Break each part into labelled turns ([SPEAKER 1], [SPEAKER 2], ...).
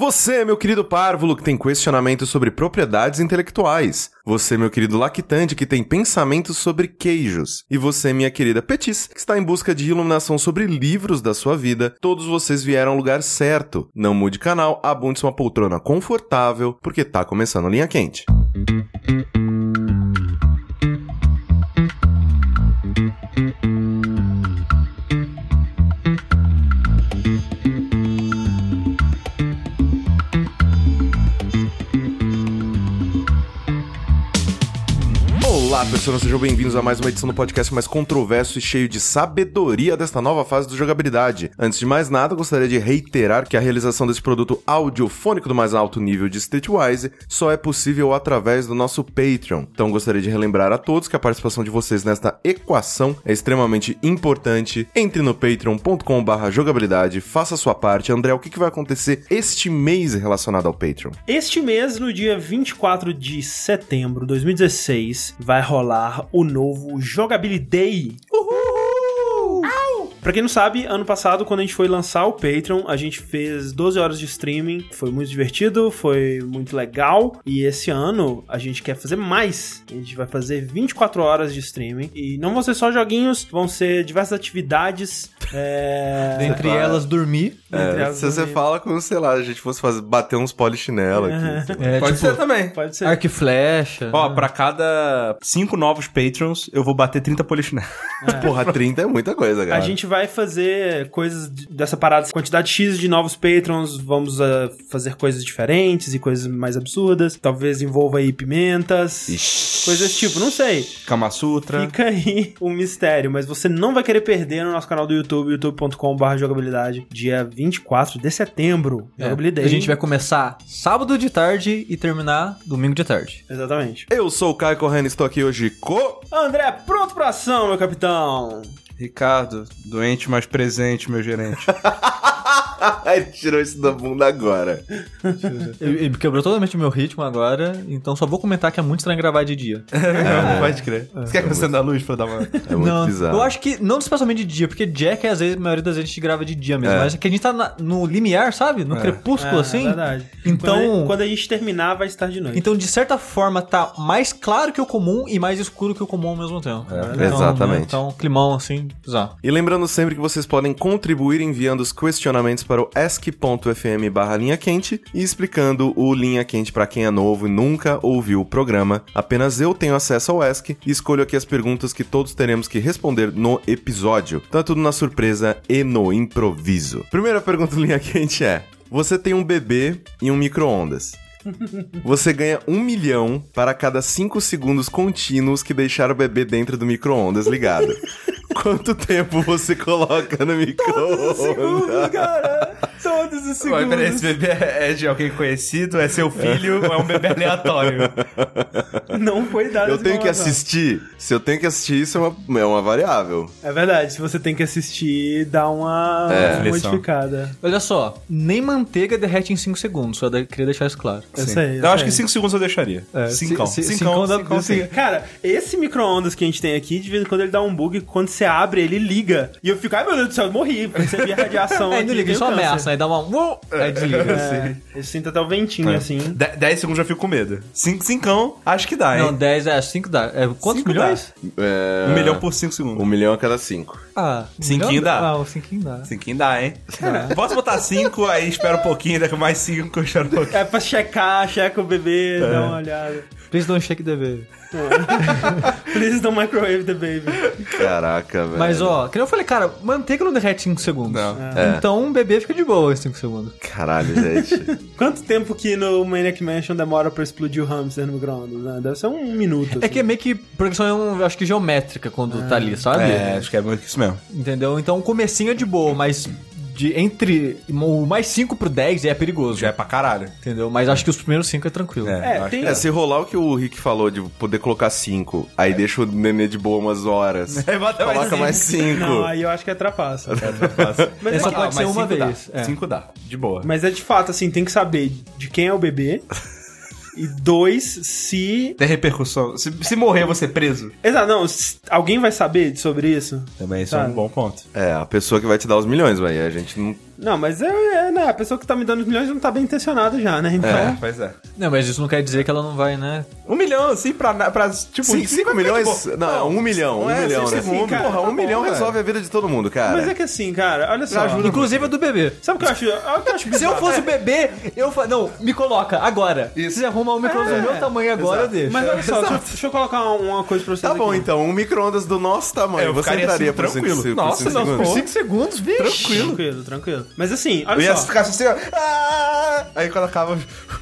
[SPEAKER 1] Você, meu querido párvulo, que tem questionamentos sobre propriedades intelectuais. Você, meu querido lactante, que tem pensamentos sobre queijos. E você, minha querida Petis, que está em busca de iluminação sobre livros da sua vida. Todos vocês vieram ao lugar certo. Não mude canal, abunde uma poltrona confortável, porque tá começando a linha quente. Olá, pessoas, sejam bem-vindos a mais uma edição do podcast mais controverso e cheio de sabedoria desta nova fase do jogabilidade. Antes de mais nada, gostaria de reiterar que a realização desse produto audiofônico do mais alto nível de Streetwise só é possível através do nosso Patreon. Então, gostaria de relembrar a todos que a participação de vocês nesta equação é extremamente importante. Entre no patreon.com/barra jogabilidade, faça a sua parte. André, o que que vai acontecer este mês relacionado ao Patreon?
[SPEAKER 2] Este mês, no dia 24 de setembro de 2016, vai rolar o novo Jogabilidade. Pra quem não sabe, ano passado, quando a gente foi lançar o Patreon, a gente fez 12 horas de streaming. Foi muito divertido, foi muito legal. E esse ano a gente quer fazer mais. A gente vai fazer 24 horas de streaming. E não vão ser só joguinhos, vão ser diversas atividades. É...
[SPEAKER 3] Dentre
[SPEAKER 1] claro.
[SPEAKER 3] elas, dormir.
[SPEAKER 2] Entre
[SPEAKER 1] É,
[SPEAKER 2] as
[SPEAKER 1] se você
[SPEAKER 2] duas-
[SPEAKER 1] fala como, sei lá, a gente fosse fazer, bater uns polichinelo aqui.
[SPEAKER 3] É,
[SPEAKER 4] Pode ser também.
[SPEAKER 2] Pode ser.
[SPEAKER 3] Arco e flecha.
[SPEAKER 4] Ó, pra cada cinco novos Patrons, eu vou bater 30 polichinelos.
[SPEAKER 1] Porra, 30 é muita coisa, cara.
[SPEAKER 2] A gente vai fazer coisas de- dessa parada, quantidade X de novos patrons, vamos ah, fazer coisas diferentes e coisas mais absurdas. Talvez envolva aí pimentas, coisas desse tipo, não sei.
[SPEAKER 4] Kama Sutra.
[SPEAKER 2] Fica aí o mistério, mas você não vai querer perder no nosso canal do YouTube, youtube.com.br jogabilidade, dia 24 de setembro.
[SPEAKER 3] É.
[SPEAKER 2] Jogabilidade.
[SPEAKER 3] A gente vai começar sábado de tarde e terminar domingo de tarde.
[SPEAKER 2] Exatamente.
[SPEAKER 1] Eu sou o Caio Corrêa e estou aqui hoje com...
[SPEAKER 2] André, pronto pra ação, meu capitão!
[SPEAKER 4] Ricardo, doente, mas presente, meu gerente.
[SPEAKER 1] Ele tirou isso da bunda agora.
[SPEAKER 3] Ele ele quebrou totalmente o meu ritmo agora, então só vou comentar que é muito estranho gravar de dia.
[SPEAKER 4] Não É, Pode crer. Você quer que eu acenda a luz pra dar uma...
[SPEAKER 1] É muito
[SPEAKER 3] não,
[SPEAKER 1] bizarro.
[SPEAKER 3] Eu acho que não especialmente de dia, porque Jack, às vezes, a maioria das vezes a gente grava de dia mesmo.
[SPEAKER 1] É.
[SPEAKER 3] Mas é que a gente tá na- no limiar, sabe? No
[SPEAKER 4] É.
[SPEAKER 3] crepúsculo,
[SPEAKER 2] É,
[SPEAKER 3] assim.
[SPEAKER 2] verdade.
[SPEAKER 3] Então-
[SPEAKER 2] Quando a, quando a gente terminar, vai estar de noite.
[SPEAKER 3] Então, de certa forma, tá mais claro que o comum e mais escuro que o comum ao mesmo tempo. Então,
[SPEAKER 1] É, exatamente.
[SPEAKER 3] né, Então, climão, assim, bizarro.
[SPEAKER 1] E lembrando sempre que vocês podem contribuir enviando os questionamentos para o ask.fm barra linha quente e explicando o linha quente para quem é novo e nunca ouviu o programa. Apenas eu tenho acesso ao ask e escolho aqui as perguntas que todos teremos que responder no episódio, tanto na surpresa e no improviso. Primeira pergunta do linha quente é: você tem um bebê e um micro-ondas. Você ganha um milhão para cada cinco segundos contínuos que deixar o bebê dentro do micro-ondas ligado. Quanto tempo você coloca no
[SPEAKER 3] Então,
[SPEAKER 1] micro-ondas?
[SPEAKER 2] cara! Todos os
[SPEAKER 4] Mas peraí, esse bebê é de alguém conhecido? É seu filho? ou é um bebê aleatório?
[SPEAKER 2] Não foi dado
[SPEAKER 1] Eu
[SPEAKER 2] essa
[SPEAKER 1] tenho que
[SPEAKER 2] informação.
[SPEAKER 1] assistir. Se eu tenho que assistir, isso é uma, é uma variável.
[SPEAKER 2] É verdade, se você tem que assistir, dá uma
[SPEAKER 1] É.
[SPEAKER 2] modificada.
[SPEAKER 3] Olha só, nem manteiga derrete em 5 segundos, só de- queria deixar isso claro.
[SPEAKER 2] Eu
[SPEAKER 4] Sim.
[SPEAKER 2] sei, eu
[SPEAKER 4] Eu acho
[SPEAKER 2] sei.
[SPEAKER 4] que 5 segundos eu deixaria.
[SPEAKER 3] É,
[SPEAKER 4] Cincão.
[SPEAKER 3] ci- ci-
[SPEAKER 4] Cincão.
[SPEAKER 3] cincão da-
[SPEAKER 4] cincão,
[SPEAKER 3] do-
[SPEAKER 4] cincão.
[SPEAKER 2] Cara, esse micro-ondas que a gente tem aqui, de vez em quando ele dá um bug, quando você abre, ele liga. E eu fico, ai meu Deus do céu, eu morri, porque você via radiação.
[SPEAKER 3] É,
[SPEAKER 2] aqui,
[SPEAKER 3] não liga,
[SPEAKER 2] tenho
[SPEAKER 3] só
[SPEAKER 2] câncer.
[SPEAKER 3] ameaça, aí dá uma. "Uou", Aí desliga.
[SPEAKER 2] É, eu sinto até o ventinho,
[SPEAKER 1] É.
[SPEAKER 2] assim.
[SPEAKER 4] De- 10 segundos eu já fico com medo. 5 cincão, acho que dá,
[SPEAKER 3] Não,
[SPEAKER 4] hein?
[SPEAKER 3] 10 é 5 dá. É, quantos
[SPEAKER 4] Cinco
[SPEAKER 3] milhões?
[SPEAKER 1] É...
[SPEAKER 4] Um milhão por 5 segundos.
[SPEAKER 1] Um milhão a cada cinco.
[SPEAKER 3] Ah, um
[SPEAKER 4] Cinquinho
[SPEAKER 3] milhão?
[SPEAKER 4] dá.
[SPEAKER 3] Ah, o 5 dá.
[SPEAKER 4] Cinquinho dá, hein? Posso botar cinco, aí espera um pouquinho, daqui mais cinco, espera um pouquinho.
[SPEAKER 2] É pra checar, checa o
[SPEAKER 1] É.
[SPEAKER 2] bebê, dá uma olhada.
[SPEAKER 3] Please don't um shake the baby.
[SPEAKER 2] Please don't microwave the baby.
[SPEAKER 1] Caraca, velho.
[SPEAKER 3] Mas ó, que nem eu falei, cara, manteiga não derrete 5 segundos.
[SPEAKER 4] É. Não.
[SPEAKER 1] É.
[SPEAKER 3] Então um bebê fica de boa em 5 segundos.
[SPEAKER 1] Caralho, gente.
[SPEAKER 2] Quanto tempo que no Maniac Mansion demora pra explodir o hamster no micro-ondas, né? Deve ser um minuto.
[SPEAKER 3] É que é meio que progressão, é um, acho que geométrica quando tá ali, sabe?
[SPEAKER 4] É, acho que é muito isso mesmo.
[SPEAKER 3] Entendeu? Então o comecinho é de boa, mas de, entre o mais 5 pro 10 é perigoso.
[SPEAKER 4] Já é pra caralho.
[SPEAKER 3] Entendeu? Mas acho que os primeiros 5 é tranquilo.
[SPEAKER 2] É,
[SPEAKER 4] eu acho
[SPEAKER 2] tem-
[SPEAKER 4] que assim,
[SPEAKER 1] É, se rolar o que o Rick falou de poder colocar cinco, aí deixa o nenê de boa umas horas.
[SPEAKER 4] Aí bota mais
[SPEAKER 1] Coloca
[SPEAKER 4] cinco.
[SPEAKER 1] mais cinco.
[SPEAKER 4] tipo,
[SPEAKER 2] Não, aí eu acho que é trapaça. Mas
[SPEAKER 3] Essa
[SPEAKER 2] é que-
[SPEAKER 3] pode ser
[SPEAKER 4] mas
[SPEAKER 3] uma
[SPEAKER 4] cinco
[SPEAKER 3] vez,
[SPEAKER 4] Dá.
[SPEAKER 3] é.
[SPEAKER 4] Cinco dá, de boa.
[SPEAKER 2] Mas é de fato, assim, tem que saber de quem é o bebê. E dois, se.
[SPEAKER 4] Tem repercussão. Se, se morrer, você é preso.
[SPEAKER 2] Exato, não, se- alguém vai saber sobre isso?
[SPEAKER 4] Também isso
[SPEAKER 2] é
[SPEAKER 4] é
[SPEAKER 2] Sabe? um
[SPEAKER 4] um bom ponto.
[SPEAKER 1] É, a pessoa que vai te dar os milhões, velho. A gente não
[SPEAKER 2] Não, mas é, é, né, a pessoa que tá me dando os milhões não tá bem intencionada já, né? Então,
[SPEAKER 4] É, pois é.
[SPEAKER 3] Não, mas isso não quer dizer que ela não vai, né?
[SPEAKER 4] Um milhão, assim, pra, na- pra tipo...
[SPEAKER 1] Sim, 5 milhões?
[SPEAKER 4] Tipo,
[SPEAKER 1] Não, 1 um milhão. 1 um
[SPEAKER 4] é,
[SPEAKER 1] milhão,
[SPEAKER 4] sim,
[SPEAKER 1] né?
[SPEAKER 4] sim, cara,
[SPEAKER 1] Porra,
[SPEAKER 4] tá
[SPEAKER 1] 1 um
[SPEAKER 4] bom,
[SPEAKER 1] milhão
[SPEAKER 4] cara.
[SPEAKER 1] resolve a vida de todo mundo, cara.
[SPEAKER 2] mas é que assim, cara, olha só.
[SPEAKER 3] Inclusive a do bebê.
[SPEAKER 2] Sabe o que eu acho? Eu que eu acho
[SPEAKER 3] Se eu
[SPEAKER 2] bizarro? É,
[SPEAKER 3] fosse o bebê, eu falo. Não, me coloca agora. Se você arruma um microfone do meu tamanho agora, eu deixo.
[SPEAKER 2] Mas olha só, deixa, eu- deixa eu colocar um, uma coisa pra vocês
[SPEAKER 1] Tá bom,
[SPEAKER 2] aqui.
[SPEAKER 1] então, um micro-ondas do nosso tamanho.
[SPEAKER 4] É, eu
[SPEAKER 1] você
[SPEAKER 4] ficaria
[SPEAKER 1] entraria
[SPEAKER 4] assim,
[SPEAKER 1] por cinco-
[SPEAKER 4] tranquilo.
[SPEAKER 1] por cinco
[SPEAKER 4] Nossa, não,
[SPEAKER 1] segundos?
[SPEAKER 4] pô.
[SPEAKER 1] Sim.
[SPEAKER 3] 5 segundos, vixe.
[SPEAKER 2] Tranquilo, tranquilo. Mas assim, olha
[SPEAKER 4] Eu ia
[SPEAKER 2] só.
[SPEAKER 4] ficar assim, ó. "Ah!" Aí quando acaba...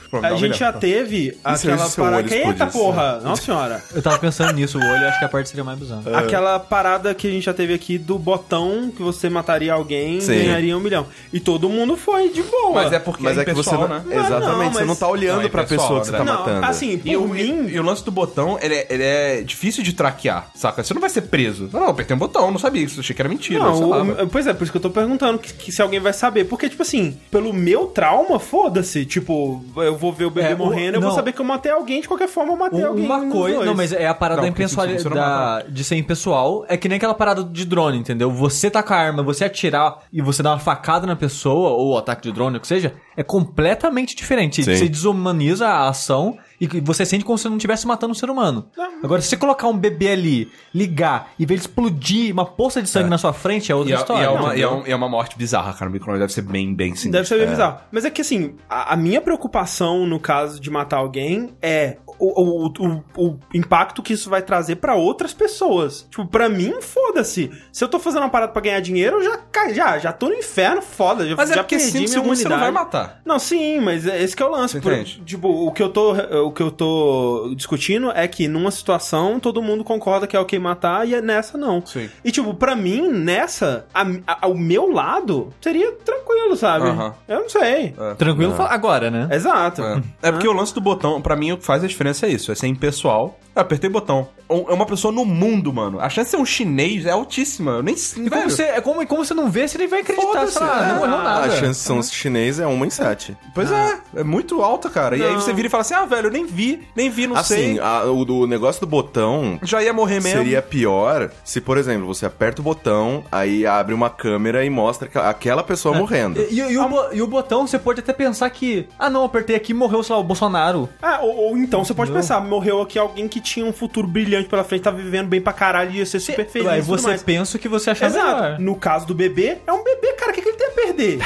[SPEAKER 4] Pronto, dá
[SPEAKER 2] A
[SPEAKER 4] um
[SPEAKER 2] gente
[SPEAKER 4] milhão.
[SPEAKER 2] já teve aquela
[SPEAKER 1] seu olho
[SPEAKER 2] parada. Eita
[SPEAKER 4] é
[SPEAKER 1] explodisse.
[SPEAKER 2] porra! Nossa senhora!
[SPEAKER 3] Eu tava pensando nisso, o olho, acho que a parte seria mais bizarra.
[SPEAKER 2] Aquela parada que a gente já teve aqui do botão que você mataria alguém e
[SPEAKER 1] Sim.
[SPEAKER 2] ganharia um milhão. E todo mundo foi de boa.
[SPEAKER 4] Mas é porque
[SPEAKER 1] Mas
[SPEAKER 4] é
[SPEAKER 1] é que você
[SPEAKER 4] impessoal,
[SPEAKER 1] não...
[SPEAKER 4] né?
[SPEAKER 2] Não,
[SPEAKER 1] Exatamente,
[SPEAKER 2] não,
[SPEAKER 1] você não
[SPEAKER 2] mas-
[SPEAKER 1] tá olhando
[SPEAKER 4] Não, é
[SPEAKER 1] pra pessoa
[SPEAKER 4] pessoal,
[SPEAKER 1] que você
[SPEAKER 4] né?
[SPEAKER 1] tá
[SPEAKER 2] Não,
[SPEAKER 1] matando.
[SPEAKER 2] assim, por
[SPEAKER 4] E o,
[SPEAKER 2] mim...
[SPEAKER 4] e o lance do botão, ele é, ele é difícil de traquear, saca? Você não vai ser preso. Não, eu apertei um botão, não sabia isso, achei que era mentira,
[SPEAKER 2] Não,
[SPEAKER 4] sei
[SPEAKER 2] o-
[SPEAKER 4] lá. mano.
[SPEAKER 2] pois é, por isso que eu tô perguntando que, que se alguém vai saber. Porque, tipo assim, pelo meu trauma, foda-se. Tipo, eu vou ver o bebê
[SPEAKER 3] É, o-
[SPEAKER 2] morrendo, eu vou
[SPEAKER 3] não.
[SPEAKER 2] saber que eu matei alguém, de qualquer forma eu matei alguém.
[SPEAKER 3] Uma
[SPEAKER 2] nos
[SPEAKER 3] coisa.
[SPEAKER 2] dois.
[SPEAKER 3] Não, mas é a parada
[SPEAKER 4] Não,
[SPEAKER 3] da
[SPEAKER 4] porque isso não-
[SPEAKER 3] impessoalidade
[SPEAKER 4] isso não mata.
[SPEAKER 3] de ser impessoal. É que nem aquela parada de drone, entendeu? Você tá com a arma, você atirar e você dar uma facada na pessoa, ou ataque de drone, o que seja, é completamente diferente.
[SPEAKER 1] Sim.
[SPEAKER 3] Você desumaniza a ação e que você sente como se não estivesse matando um ser humano. Agora, se você colocar um bebê ali, ligar e ver ele explodir uma poça de sangue na sua frente, é
[SPEAKER 4] E
[SPEAKER 3] outra
[SPEAKER 4] é,
[SPEAKER 3] história.
[SPEAKER 4] e é uma, e é
[SPEAKER 3] entendeu?
[SPEAKER 4] um- e é uma morte bizarra, cara. O micro deve ser bem, bem sinistro.
[SPEAKER 2] né? Deve ser bem bizarro. Mas é que assim, a, a minha preocupação no caso de matar alguém é o, o, o, o impacto que isso vai trazer pra outras pessoas. Tipo, pra mim, foda-se. Se eu tô fazendo uma parada pra ganhar dinheiro, eu já, ca- já, já tô no inferno, foda. Já,
[SPEAKER 4] Mas é
[SPEAKER 2] já
[SPEAKER 4] porque
[SPEAKER 2] perdi
[SPEAKER 4] 5
[SPEAKER 2] minha
[SPEAKER 4] segundos você não vai
[SPEAKER 2] humanidade.
[SPEAKER 4] matar.
[SPEAKER 2] Não, sim, mas é- esse que é o lance.
[SPEAKER 4] Você
[SPEAKER 2] por-
[SPEAKER 4] entende?
[SPEAKER 2] tipo, o que, eu tô, o que eu tô discutindo é que numa situação todo mundo concorda que é ok matar e nessa não.
[SPEAKER 4] Sim.
[SPEAKER 2] E tipo, pra mim, nessa, a, a- o meu lado seria tranquilo, sabe?
[SPEAKER 4] Aham.
[SPEAKER 2] Eu não sei.
[SPEAKER 3] Tranquilo fala agora, né?
[SPEAKER 2] Exato.
[SPEAKER 4] Ah. É. É porque o lance do botão, pra mim, o que faz a diferença é isso. É ser impessoal. Eu apertei o botão. Um- É uma pessoa no mundo, mano. A chance de ser um chinês é altíssima. Eu nem sei.
[SPEAKER 3] E como
[SPEAKER 4] velho.
[SPEAKER 3] você, é como, e como você não vê, você nem vai acreditar. Sei lá,
[SPEAKER 4] Foda-se,
[SPEAKER 3] não
[SPEAKER 2] Ah,
[SPEAKER 4] é.
[SPEAKER 3] morreu nada.
[SPEAKER 1] A chance de ser um chinês é 1 em 7.
[SPEAKER 4] Pois é, é muito alta, cara. E aí
[SPEAKER 2] Não.
[SPEAKER 4] você vira e fala assim: ah, velho, eu nem vi, nem vi, não
[SPEAKER 1] Assim,
[SPEAKER 4] sei.
[SPEAKER 1] a- o, o negócio do botão
[SPEAKER 4] Já ia morrer mesmo.
[SPEAKER 1] Seria pior se, por exemplo, você aperta o botão, aí abre uma câmera e mostra aqua- aquela
[SPEAKER 4] É.
[SPEAKER 1] pessoa morrendo.
[SPEAKER 3] E, e- e o, bo- e o botão, você pode até pensar que, ah não, apertei aqui e morreu, sei lá, o Bolsonaro.
[SPEAKER 2] Ah, ou, ou então você pode pensar, morreu aqui alguém que tinha um futuro brilhante pela frente, tá vivendo bem pra caralho e ia ser super feliz.
[SPEAKER 3] Aí
[SPEAKER 2] e tudo
[SPEAKER 3] você
[SPEAKER 2] mais.
[SPEAKER 3] pensa o que você achar
[SPEAKER 2] Exato.
[SPEAKER 3] melhor.
[SPEAKER 2] No caso do bebê, é um bebê, cara, o que, que ele tem a perder?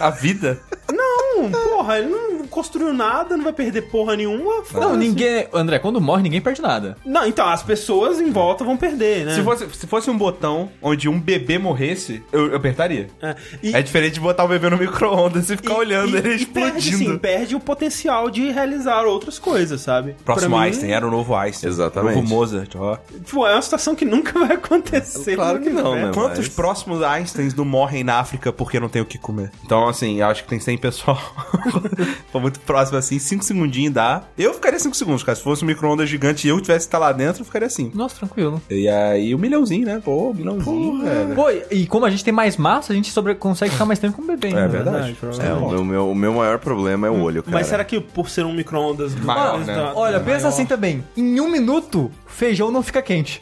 [SPEAKER 4] A vida.
[SPEAKER 2] não, porra, ele não construiu nada, não vai perder porra nenhuma.
[SPEAKER 3] Não,
[SPEAKER 2] foda-se.
[SPEAKER 3] ninguém. André, quando morre, ninguém perde nada.
[SPEAKER 2] Não, então, as pessoas em volta vão perder, né?
[SPEAKER 4] Se, fosse, se fosse um botão onde um bebê morresse, eu, eu apertaria.
[SPEAKER 2] É, e-
[SPEAKER 4] É diferente de botar o bebê no micro-ondas e ficar
[SPEAKER 2] e-
[SPEAKER 4] olhando
[SPEAKER 2] e-
[SPEAKER 4] ele
[SPEAKER 2] e assim, Perde,
[SPEAKER 4] explodindo.
[SPEAKER 2] sim, perde o potencial de realizar outras coisas, sabe?
[SPEAKER 4] Próximo
[SPEAKER 2] Pra mim,
[SPEAKER 4] Einstein, era o novo Einstein.
[SPEAKER 1] Exatamente.
[SPEAKER 4] O novo Mozart, ó.
[SPEAKER 2] Tipo, é uma situação que nunca vai acontecer.
[SPEAKER 1] Claro que não,
[SPEAKER 2] né?
[SPEAKER 1] né?
[SPEAKER 4] Quantos
[SPEAKER 1] mas-
[SPEAKER 4] próximos Einsteins não morrem na África porque não tem o que comer? Então, assim, eu acho que tem 100 pessoal. Foi muito próximo, assim, 5 segundinhos dá. Eu ficaria 5 segundos, cara. Se fosse um micro-ondas gigante e eu tivesse que estar lá dentro, eu ficaria assim.
[SPEAKER 3] Nossa, tranquilo.
[SPEAKER 4] E aí, um milhãozinho, né? Pô, um milhãozinho, velho.
[SPEAKER 3] Pô, e e como a gente tem mais massa, a gente sobre- consegue ficar mais tempo com o bebê.
[SPEAKER 4] É
[SPEAKER 3] né?
[SPEAKER 4] verdade.
[SPEAKER 1] É, o meu, meu- o meu maior problema é o olho, cara.
[SPEAKER 2] Mas será que por ser um micro-ondas do- tá?
[SPEAKER 4] Maior,
[SPEAKER 2] da-
[SPEAKER 4] né?
[SPEAKER 2] da-
[SPEAKER 3] Olha, pensa assim também. Em um minuto, o feijão não fica quente.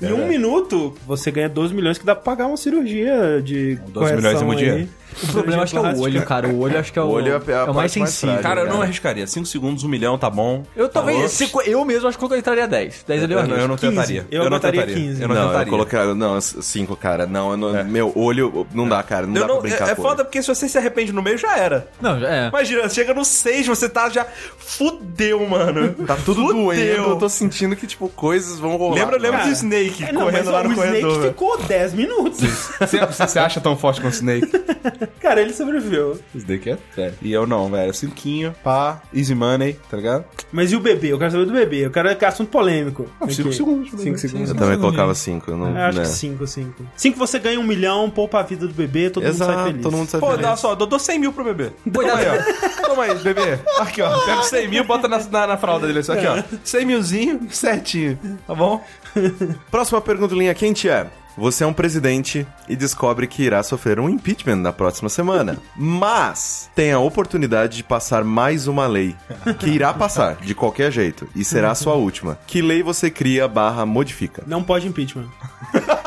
[SPEAKER 2] Em um minuto, você ganha 12 milhões que dá pra pagar uma cirurgia de.
[SPEAKER 4] 12 milhões em um dia.
[SPEAKER 3] O problema acho que é o olho, cara. O olho acho que é o,
[SPEAKER 1] O olho é a- a
[SPEAKER 3] é o
[SPEAKER 1] parte
[SPEAKER 3] mais
[SPEAKER 1] mais
[SPEAKER 3] sensível.
[SPEAKER 1] frágil.
[SPEAKER 4] Cara, eu não arriscaria. 5 segundos, 1 milhão, tá bom.
[SPEAKER 3] eu
[SPEAKER 4] Alô?
[SPEAKER 3] talvez. cinco- eu mesmo acho que eu entraria 10. 10 ali eu
[SPEAKER 4] Eu, não-
[SPEAKER 3] arrisco.
[SPEAKER 4] eu não
[SPEAKER 3] 15.
[SPEAKER 4] tentaria.
[SPEAKER 2] Eu
[SPEAKER 4] não
[SPEAKER 2] botaria
[SPEAKER 4] tentaria.
[SPEAKER 2] 15.
[SPEAKER 4] Eu não,
[SPEAKER 1] Não, eu
[SPEAKER 4] tentaria.
[SPEAKER 1] colocaria. Não, c- cinco, cara. Não, eu não- meu olho. Não dá, cara. Não
[SPEAKER 4] Eu
[SPEAKER 1] dá
[SPEAKER 4] não-
[SPEAKER 1] pra brincar
[SPEAKER 4] é, é
[SPEAKER 1] com
[SPEAKER 4] foda porque se você se arrepende no meio, já era.
[SPEAKER 3] Não, já é.
[SPEAKER 4] Imagina, chega no 6, você tá já. Fudeu, mano.
[SPEAKER 1] olho. Tá tudo
[SPEAKER 4] Fudeu.
[SPEAKER 1] doendo. Eu tô sentindo que, tipo, coisas vão rolar.
[SPEAKER 4] Lembra, lembra do
[SPEAKER 1] cara.
[SPEAKER 4] Snake
[SPEAKER 2] É, não, mas
[SPEAKER 4] correndo lá
[SPEAKER 2] o
[SPEAKER 4] no corredor. né?
[SPEAKER 2] Snake
[SPEAKER 4] velho.
[SPEAKER 2] ficou 10 minutos.
[SPEAKER 4] Você, você acha tão forte quanto o Snake?
[SPEAKER 2] Cara, ele sobreviveu.
[SPEAKER 4] Snake é sério. E eu não, velho. Cinquinho, pá, easy money, tá ligado?
[SPEAKER 2] Mas e o bebê? Eu quero saber do bebê. Eu quero que é assunto polêmico.
[SPEAKER 4] Ah, cinco
[SPEAKER 2] Aqui.
[SPEAKER 4] segundos, né?
[SPEAKER 2] Cinco segundos.
[SPEAKER 1] Eu também colocava cinco. eu Não,
[SPEAKER 2] Eu É, acho
[SPEAKER 1] né.
[SPEAKER 2] que 5, 5. 5 você ganha um milhão, poupa a vida do bebê, todo mundo sai
[SPEAKER 1] Exato,
[SPEAKER 2] feliz.
[SPEAKER 1] todo mundo sai
[SPEAKER 4] Pô,
[SPEAKER 1] feliz.
[SPEAKER 4] dá só, eu dou 100 mil pro bebê. Toma aí, ó. Toma aí, bebê. Aqui, ó. Pega os 100 mil, bota na, na, na fralda dele. Só aqui,
[SPEAKER 2] É.
[SPEAKER 4] ó. 100 milzinho, certinho. Tá bom?
[SPEAKER 1] Próxima pergunta do Linha Quente é... Você é um presidente e descobre que irá sofrer um impeachment na próxima semana. Mas tem a oportunidade de passar mais uma lei, que irá passar, de qualquer jeito, e será a sua última. Que lei você cria barra modifica?
[SPEAKER 2] Não pode impeachment.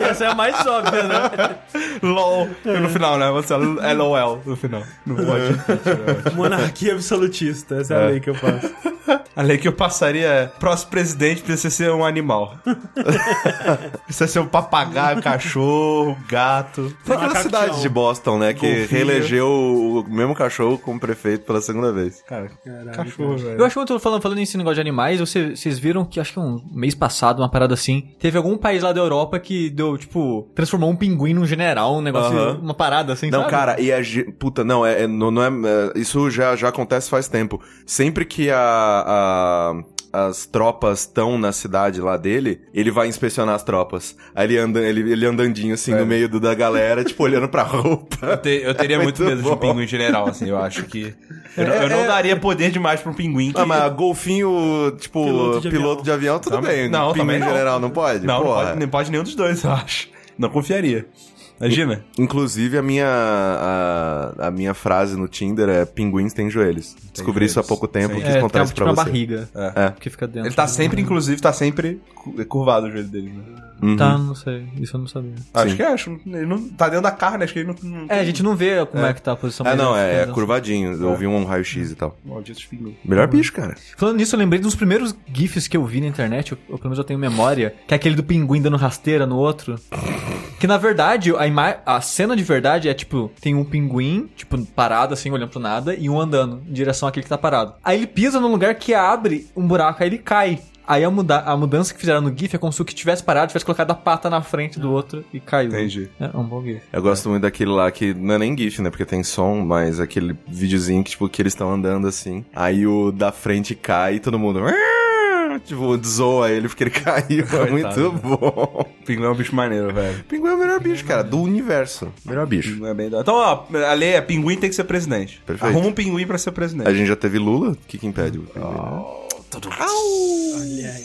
[SPEAKER 2] Essa é a mais óbvia, né?
[SPEAKER 4] LOL. E no final, né? Você é LOL no final. Não pode.
[SPEAKER 2] Monarquia absolutista. Essa é, a
[SPEAKER 4] É.
[SPEAKER 2] lei que eu faço.
[SPEAKER 4] A lei que eu passaria é: próximo presidente precisa ser um animal. precisa ser um papagaio, cachorro, gato.
[SPEAKER 1] Foi aquela
[SPEAKER 2] Macaco
[SPEAKER 1] cidade
[SPEAKER 2] Tião.
[SPEAKER 1] de Boston, né? Que
[SPEAKER 4] Golfinho.
[SPEAKER 1] reelegeu o mesmo cachorro como prefeito pela segunda vez.
[SPEAKER 4] Cara,
[SPEAKER 2] Caralho,
[SPEAKER 4] cachorro, velho.
[SPEAKER 3] Eu acho muito falando, falando nesse negócio de animais, você- vocês viram que acho que um mês passado, uma parada assim, teve algum país lá da Europa que deu, tipo, transformou um pinguim num general, um negócio,
[SPEAKER 1] Aham.
[SPEAKER 3] uma parada assim,
[SPEAKER 1] Não,
[SPEAKER 3] sabe?
[SPEAKER 1] cara, e a. ge- Puta, não, é, é- não, não é, é, Isso já, já acontece faz tempo. Sempre que a. a- as tropas estão na cidade lá dele, ele vai inspecionar as tropas. Aí ele, anda, ele, ele andandinho assim
[SPEAKER 4] É.
[SPEAKER 1] no meio do- da galera, tipo, olhando pra roupa.
[SPEAKER 4] Eu, te- eu teria
[SPEAKER 1] É
[SPEAKER 4] muito,
[SPEAKER 1] muito
[SPEAKER 4] medo de um
[SPEAKER 1] bom. É,
[SPEAKER 4] pinguim general, assim, eu acho que. Eu, não- eu não daria poder demais pra um pinguim que.
[SPEAKER 1] Ah, mas golfinho, tipo,
[SPEAKER 2] Piloto
[SPEAKER 1] piloto
[SPEAKER 2] de
[SPEAKER 1] de,
[SPEAKER 2] avião.
[SPEAKER 1] avião, tudo
[SPEAKER 4] Também-
[SPEAKER 1] bem.
[SPEAKER 4] Tá não,
[SPEAKER 1] Pinguim
[SPEAKER 4] também não.
[SPEAKER 1] general não pode?
[SPEAKER 4] Não, não
[SPEAKER 1] Porra.
[SPEAKER 4] pode, não pode nenhum dos dois, eu acho. Não confiaria. Imagina.
[SPEAKER 1] Inclusive, a minha, a, a minha frase no Tinder é pinguins têm joelhos. Descobri
[SPEAKER 4] joelhos.
[SPEAKER 1] isso há pouco tempo,
[SPEAKER 4] Sim. um
[SPEAKER 1] quis
[SPEAKER 3] é,
[SPEAKER 1] contar
[SPEAKER 3] tem,
[SPEAKER 1] isso
[SPEAKER 3] tipo,
[SPEAKER 1] pra
[SPEAKER 3] na
[SPEAKER 1] você.
[SPEAKER 3] barriga.
[SPEAKER 1] É.
[SPEAKER 3] Que fica dentro.
[SPEAKER 4] Ele tá sempre, inclusive, tá sempre cu- curvado o joelho dele, né?
[SPEAKER 1] Uhum.
[SPEAKER 3] Tá, não sei. Isso eu não sabia.
[SPEAKER 4] Acho
[SPEAKER 1] Sim.
[SPEAKER 4] que é, acho. Ele não, tá dentro da carne, acho que ele não. não
[SPEAKER 3] É, a gente não vê como é, que tá a posição.
[SPEAKER 1] Ah,
[SPEAKER 3] mas
[SPEAKER 4] né,
[SPEAKER 1] não, é, é
[SPEAKER 3] fica-
[SPEAKER 1] curvadinho. Eu ouvi um raio-x e tal.
[SPEAKER 4] Malditos pinguim.
[SPEAKER 1] Melhor bicho, cara.
[SPEAKER 3] Falando nisso, eu lembrei dos primeiros GIFs que eu vi na internet, ou, ou pelo menos eu tenho memória, que é aquele do pinguim dando rasteira no outro. Que na verdade, a, ima- a cena de verdade é tipo: tem um pinguim, tipo, parado assim, olhando pro nada, e um andando em direção àquele que tá parado. Aí ele pisa num lugar que abre um buraco, aí ele cai. Aí a, muda a mudança que fizeram no GIF é como se o que tivesse parado tivesse colocado a pata na frente do outro e caiu.
[SPEAKER 4] Entendi.
[SPEAKER 3] É é um bom GIF.
[SPEAKER 1] Eu gosto muito daquele lá que não é nem GIF, né? Porque tem som, mas aquele videozinho que, tipo, que eles estão andando assim. Aí o da frente cai e todo mundo. "Ah!" Tipo, zoa ele porque ele caiu. É muito bom.
[SPEAKER 4] Pinguim é um bicho maneiro, velho.
[SPEAKER 1] Pinguim é o melhor bicho, cara, do universo. Melhor bicho.
[SPEAKER 4] Pinguim é bem da- Então, ó, a lei é pinguim tem que ser presidente.
[SPEAKER 1] Perfeito.
[SPEAKER 4] Arruma um pinguim pra ser
[SPEAKER 1] A
[SPEAKER 4] presidente.
[SPEAKER 1] gente já teve Lula? O que, que impede? o pinguim, né?
[SPEAKER 4] Ah.
[SPEAKER 2] Olha aí.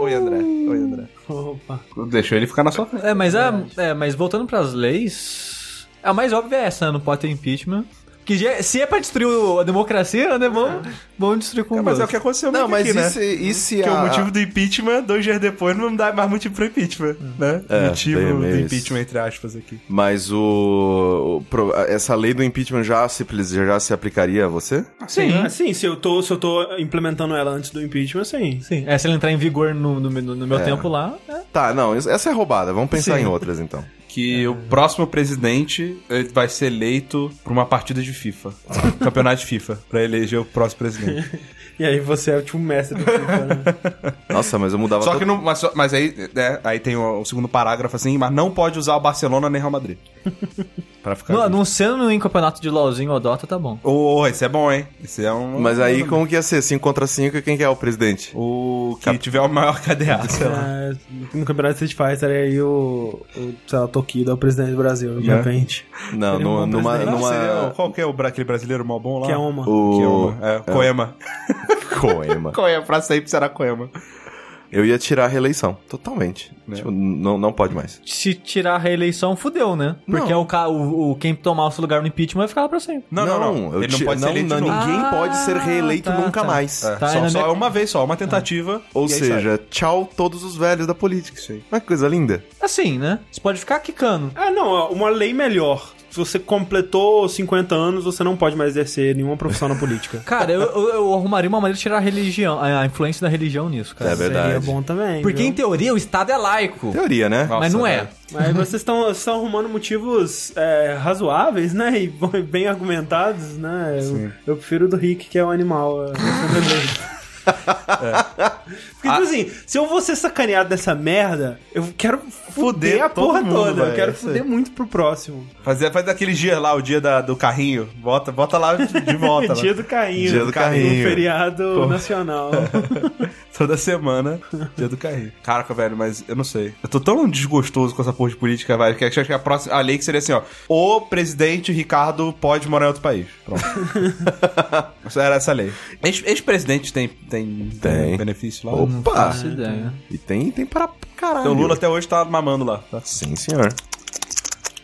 [SPEAKER 4] Oi, André. Oi, André.
[SPEAKER 2] Opa.
[SPEAKER 4] Deixou ele ficar na sua frente.
[SPEAKER 3] É, mas, a, é, mas voltando pras leis, a mais óbvia é essa, né? não pode ter impeachment. Que já- se é pra destruir o- a democracia, né? Vamos, vamos destruir com
[SPEAKER 4] Mas é o
[SPEAKER 3] gosto.
[SPEAKER 4] que aconteceu
[SPEAKER 1] Não,
[SPEAKER 4] muito
[SPEAKER 1] mas
[SPEAKER 4] aqui,
[SPEAKER 1] e
[SPEAKER 4] né?
[SPEAKER 1] se, e se
[SPEAKER 4] Que é
[SPEAKER 1] a-
[SPEAKER 4] o motivo do impeachment, dois dias depois não dá mais motivo pro impeachment, né?
[SPEAKER 1] É,
[SPEAKER 4] motivo
[SPEAKER 1] bem
[SPEAKER 4] do
[SPEAKER 1] mesmo.
[SPEAKER 4] impeachment, entre aspas, aqui.
[SPEAKER 1] Mas o, o pro- essa lei do impeachment já se, já se aplicaria a você?
[SPEAKER 2] Sim. Ah, sim, se eu, tô, se eu tô implementando ela antes do impeachment, sim.
[SPEAKER 3] Sim, é, se ele entrar em vigor no, no- no meu tempo lá, é.
[SPEAKER 1] Tá, não, isso- essa é roubada. Vamos pensar
[SPEAKER 3] Sim.
[SPEAKER 1] em outras então.
[SPEAKER 4] Que o próximo presidente ele vai ser eleito por uma partida de FIFA. Campeonato de FIFA, pra eleger o próximo presidente.
[SPEAKER 2] E aí você é o tipo mestre do FIFA, né?
[SPEAKER 1] Nossa, mas eu mudava
[SPEAKER 4] Só
[SPEAKER 1] to-
[SPEAKER 4] que não. Mas, só- mas aí, né, aí tem o, o segundo parágrafo assim, mas não pode usar o Barcelona nem Real Madrid. pra ficar.
[SPEAKER 3] Não,
[SPEAKER 4] justo.
[SPEAKER 3] não sendo em campeonato de LOLzinho ou Dota, tá bom.
[SPEAKER 4] Ô, esse é bom, hein? Esse é um.
[SPEAKER 1] Mas aí como que ia ser? 5 contra 5 quem que é o presidente?
[SPEAKER 4] O que tiver o maior KDA, sei lá.
[SPEAKER 2] Ah, no campeonato de Street Fighter aí o, o sei lá, o Tokido é o presidente do Brasil, de
[SPEAKER 4] É.
[SPEAKER 2] repente.
[SPEAKER 1] Não,
[SPEAKER 2] Seria um
[SPEAKER 1] numa,
[SPEAKER 2] bom
[SPEAKER 1] numa,
[SPEAKER 2] presidente.
[SPEAKER 4] Não,
[SPEAKER 1] numa-
[SPEAKER 4] seria- qual que é o, bra- aquele brasileiro mó bom lá?
[SPEAKER 2] Que é uma.
[SPEAKER 4] Que é
[SPEAKER 1] O
[SPEAKER 4] uma. É, Coema.
[SPEAKER 1] Coema.
[SPEAKER 4] Coema, pra sempre será Coema.
[SPEAKER 1] Eu ia tirar a reeleição, totalmente.
[SPEAKER 4] É.
[SPEAKER 1] Tipo, não, não pode mais.
[SPEAKER 3] Se tirar a reeleição, fudeu, né? Porque
[SPEAKER 1] Não.
[SPEAKER 3] o, ca- o, o- quem tomar o seu lugar no impeachment vai ficar lá pra sempre.
[SPEAKER 4] Não, não, não.
[SPEAKER 1] eu
[SPEAKER 4] Ele não
[SPEAKER 1] ti-
[SPEAKER 4] pode ser eleito de novo.
[SPEAKER 1] Ninguém
[SPEAKER 3] Ah,
[SPEAKER 1] pode ser reeleito
[SPEAKER 3] tá,
[SPEAKER 1] nunca
[SPEAKER 3] tá.
[SPEAKER 1] mais.
[SPEAKER 4] É,
[SPEAKER 3] Tá,
[SPEAKER 4] só,
[SPEAKER 3] ainda
[SPEAKER 4] só
[SPEAKER 3] bem-
[SPEAKER 4] uma vez só, uma tentativa.
[SPEAKER 1] Ou
[SPEAKER 4] e aí sai.
[SPEAKER 1] seja, tchau todos os velhos da política. Uma coisa linda.
[SPEAKER 3] Assim, né? Você pode ficar quicando.
[SPEAKER 2] Ah, não, ó, uma lei melhor. Se você completou 50 anos, você não pode mais exercer nenhuma profissão na política.
[SPEAKER 3] Cara, eu, eu, eu arrumaria uma maneira de tirar a religião, a a influência da religião nisso, cara.
[SPEAKER 1] É verdade.
[SPEAKER 2] Seria bom também.
[SPEAKER 3] Porque em
[SPEAKER 2] viu?
[SPEAKER 3] teoria o Estado é laico.
[SPEAKER 1] Teoria, né?
[SPEAKER 4] Nossa,
[SPEAKER 3] mas não é.
[SPEAKER 4] velho.
[SPEAKER 2] Mas vocês estão estão arrumando motivos é, razoáveis, né? E bom- bem argumentados, né? Eu, eu prefiro o do Rick, que é um animal. é, sendo eleito.
[SPEAKER 4] Ah.
[SPEAKER 2] Porque, tipo assim, se eu vou ser sacaneado dessa merda, eu quero fuder,
[SPEAKER 4] Fuder
[SPEAKER 2] a
[SPEAKER 4] todo
[SPEAKER 2] porra
[SPEAKER 4] mundo,
[SPEAKER 2] toda. eu
[SPEAKER 4] velho,
[SPEAKER 2] quero
[SPEAKER 4] é isso
[SPEAKER 2] fuder muito pro próximo.
[SPEAKER 4] Fazer, faz aquele dia lá, o dia da- do carrinho. Bota, bota lá de de volta. né?
[SPEAKER 2] Dia
[SPEAKER 4] lá.
[SPEAKER 2] do carrinho.
[SPEAKER 1] Dia do carrinho.
[SPEAKER 2] Um feriado nacional.
[SPEAKER 4] Toda semana, dia do carrinho. Caraca, velho, mas eu não sei. Eu tô tão desgostoso com essa porra de política, velho, que acho que a próxima a lei que seria assim, ó. O presidente Ricardo pode morar em outro país. Pronto. Essa Era essa a lei. Ex- Ex-presidente tem, tem,
[SPEAKER 1] Tem.
[SPEAKER 4] benefício lá?
[SPEAKER 1] Opa!
[SPEAKER 3] Essa ideia.
[SPEAKER 1] E tem, tem para caralho.
[SPEAKER 4] Então o Lula até hoje tá mamando lá.
[SPEAKER 1] Sim, senhor.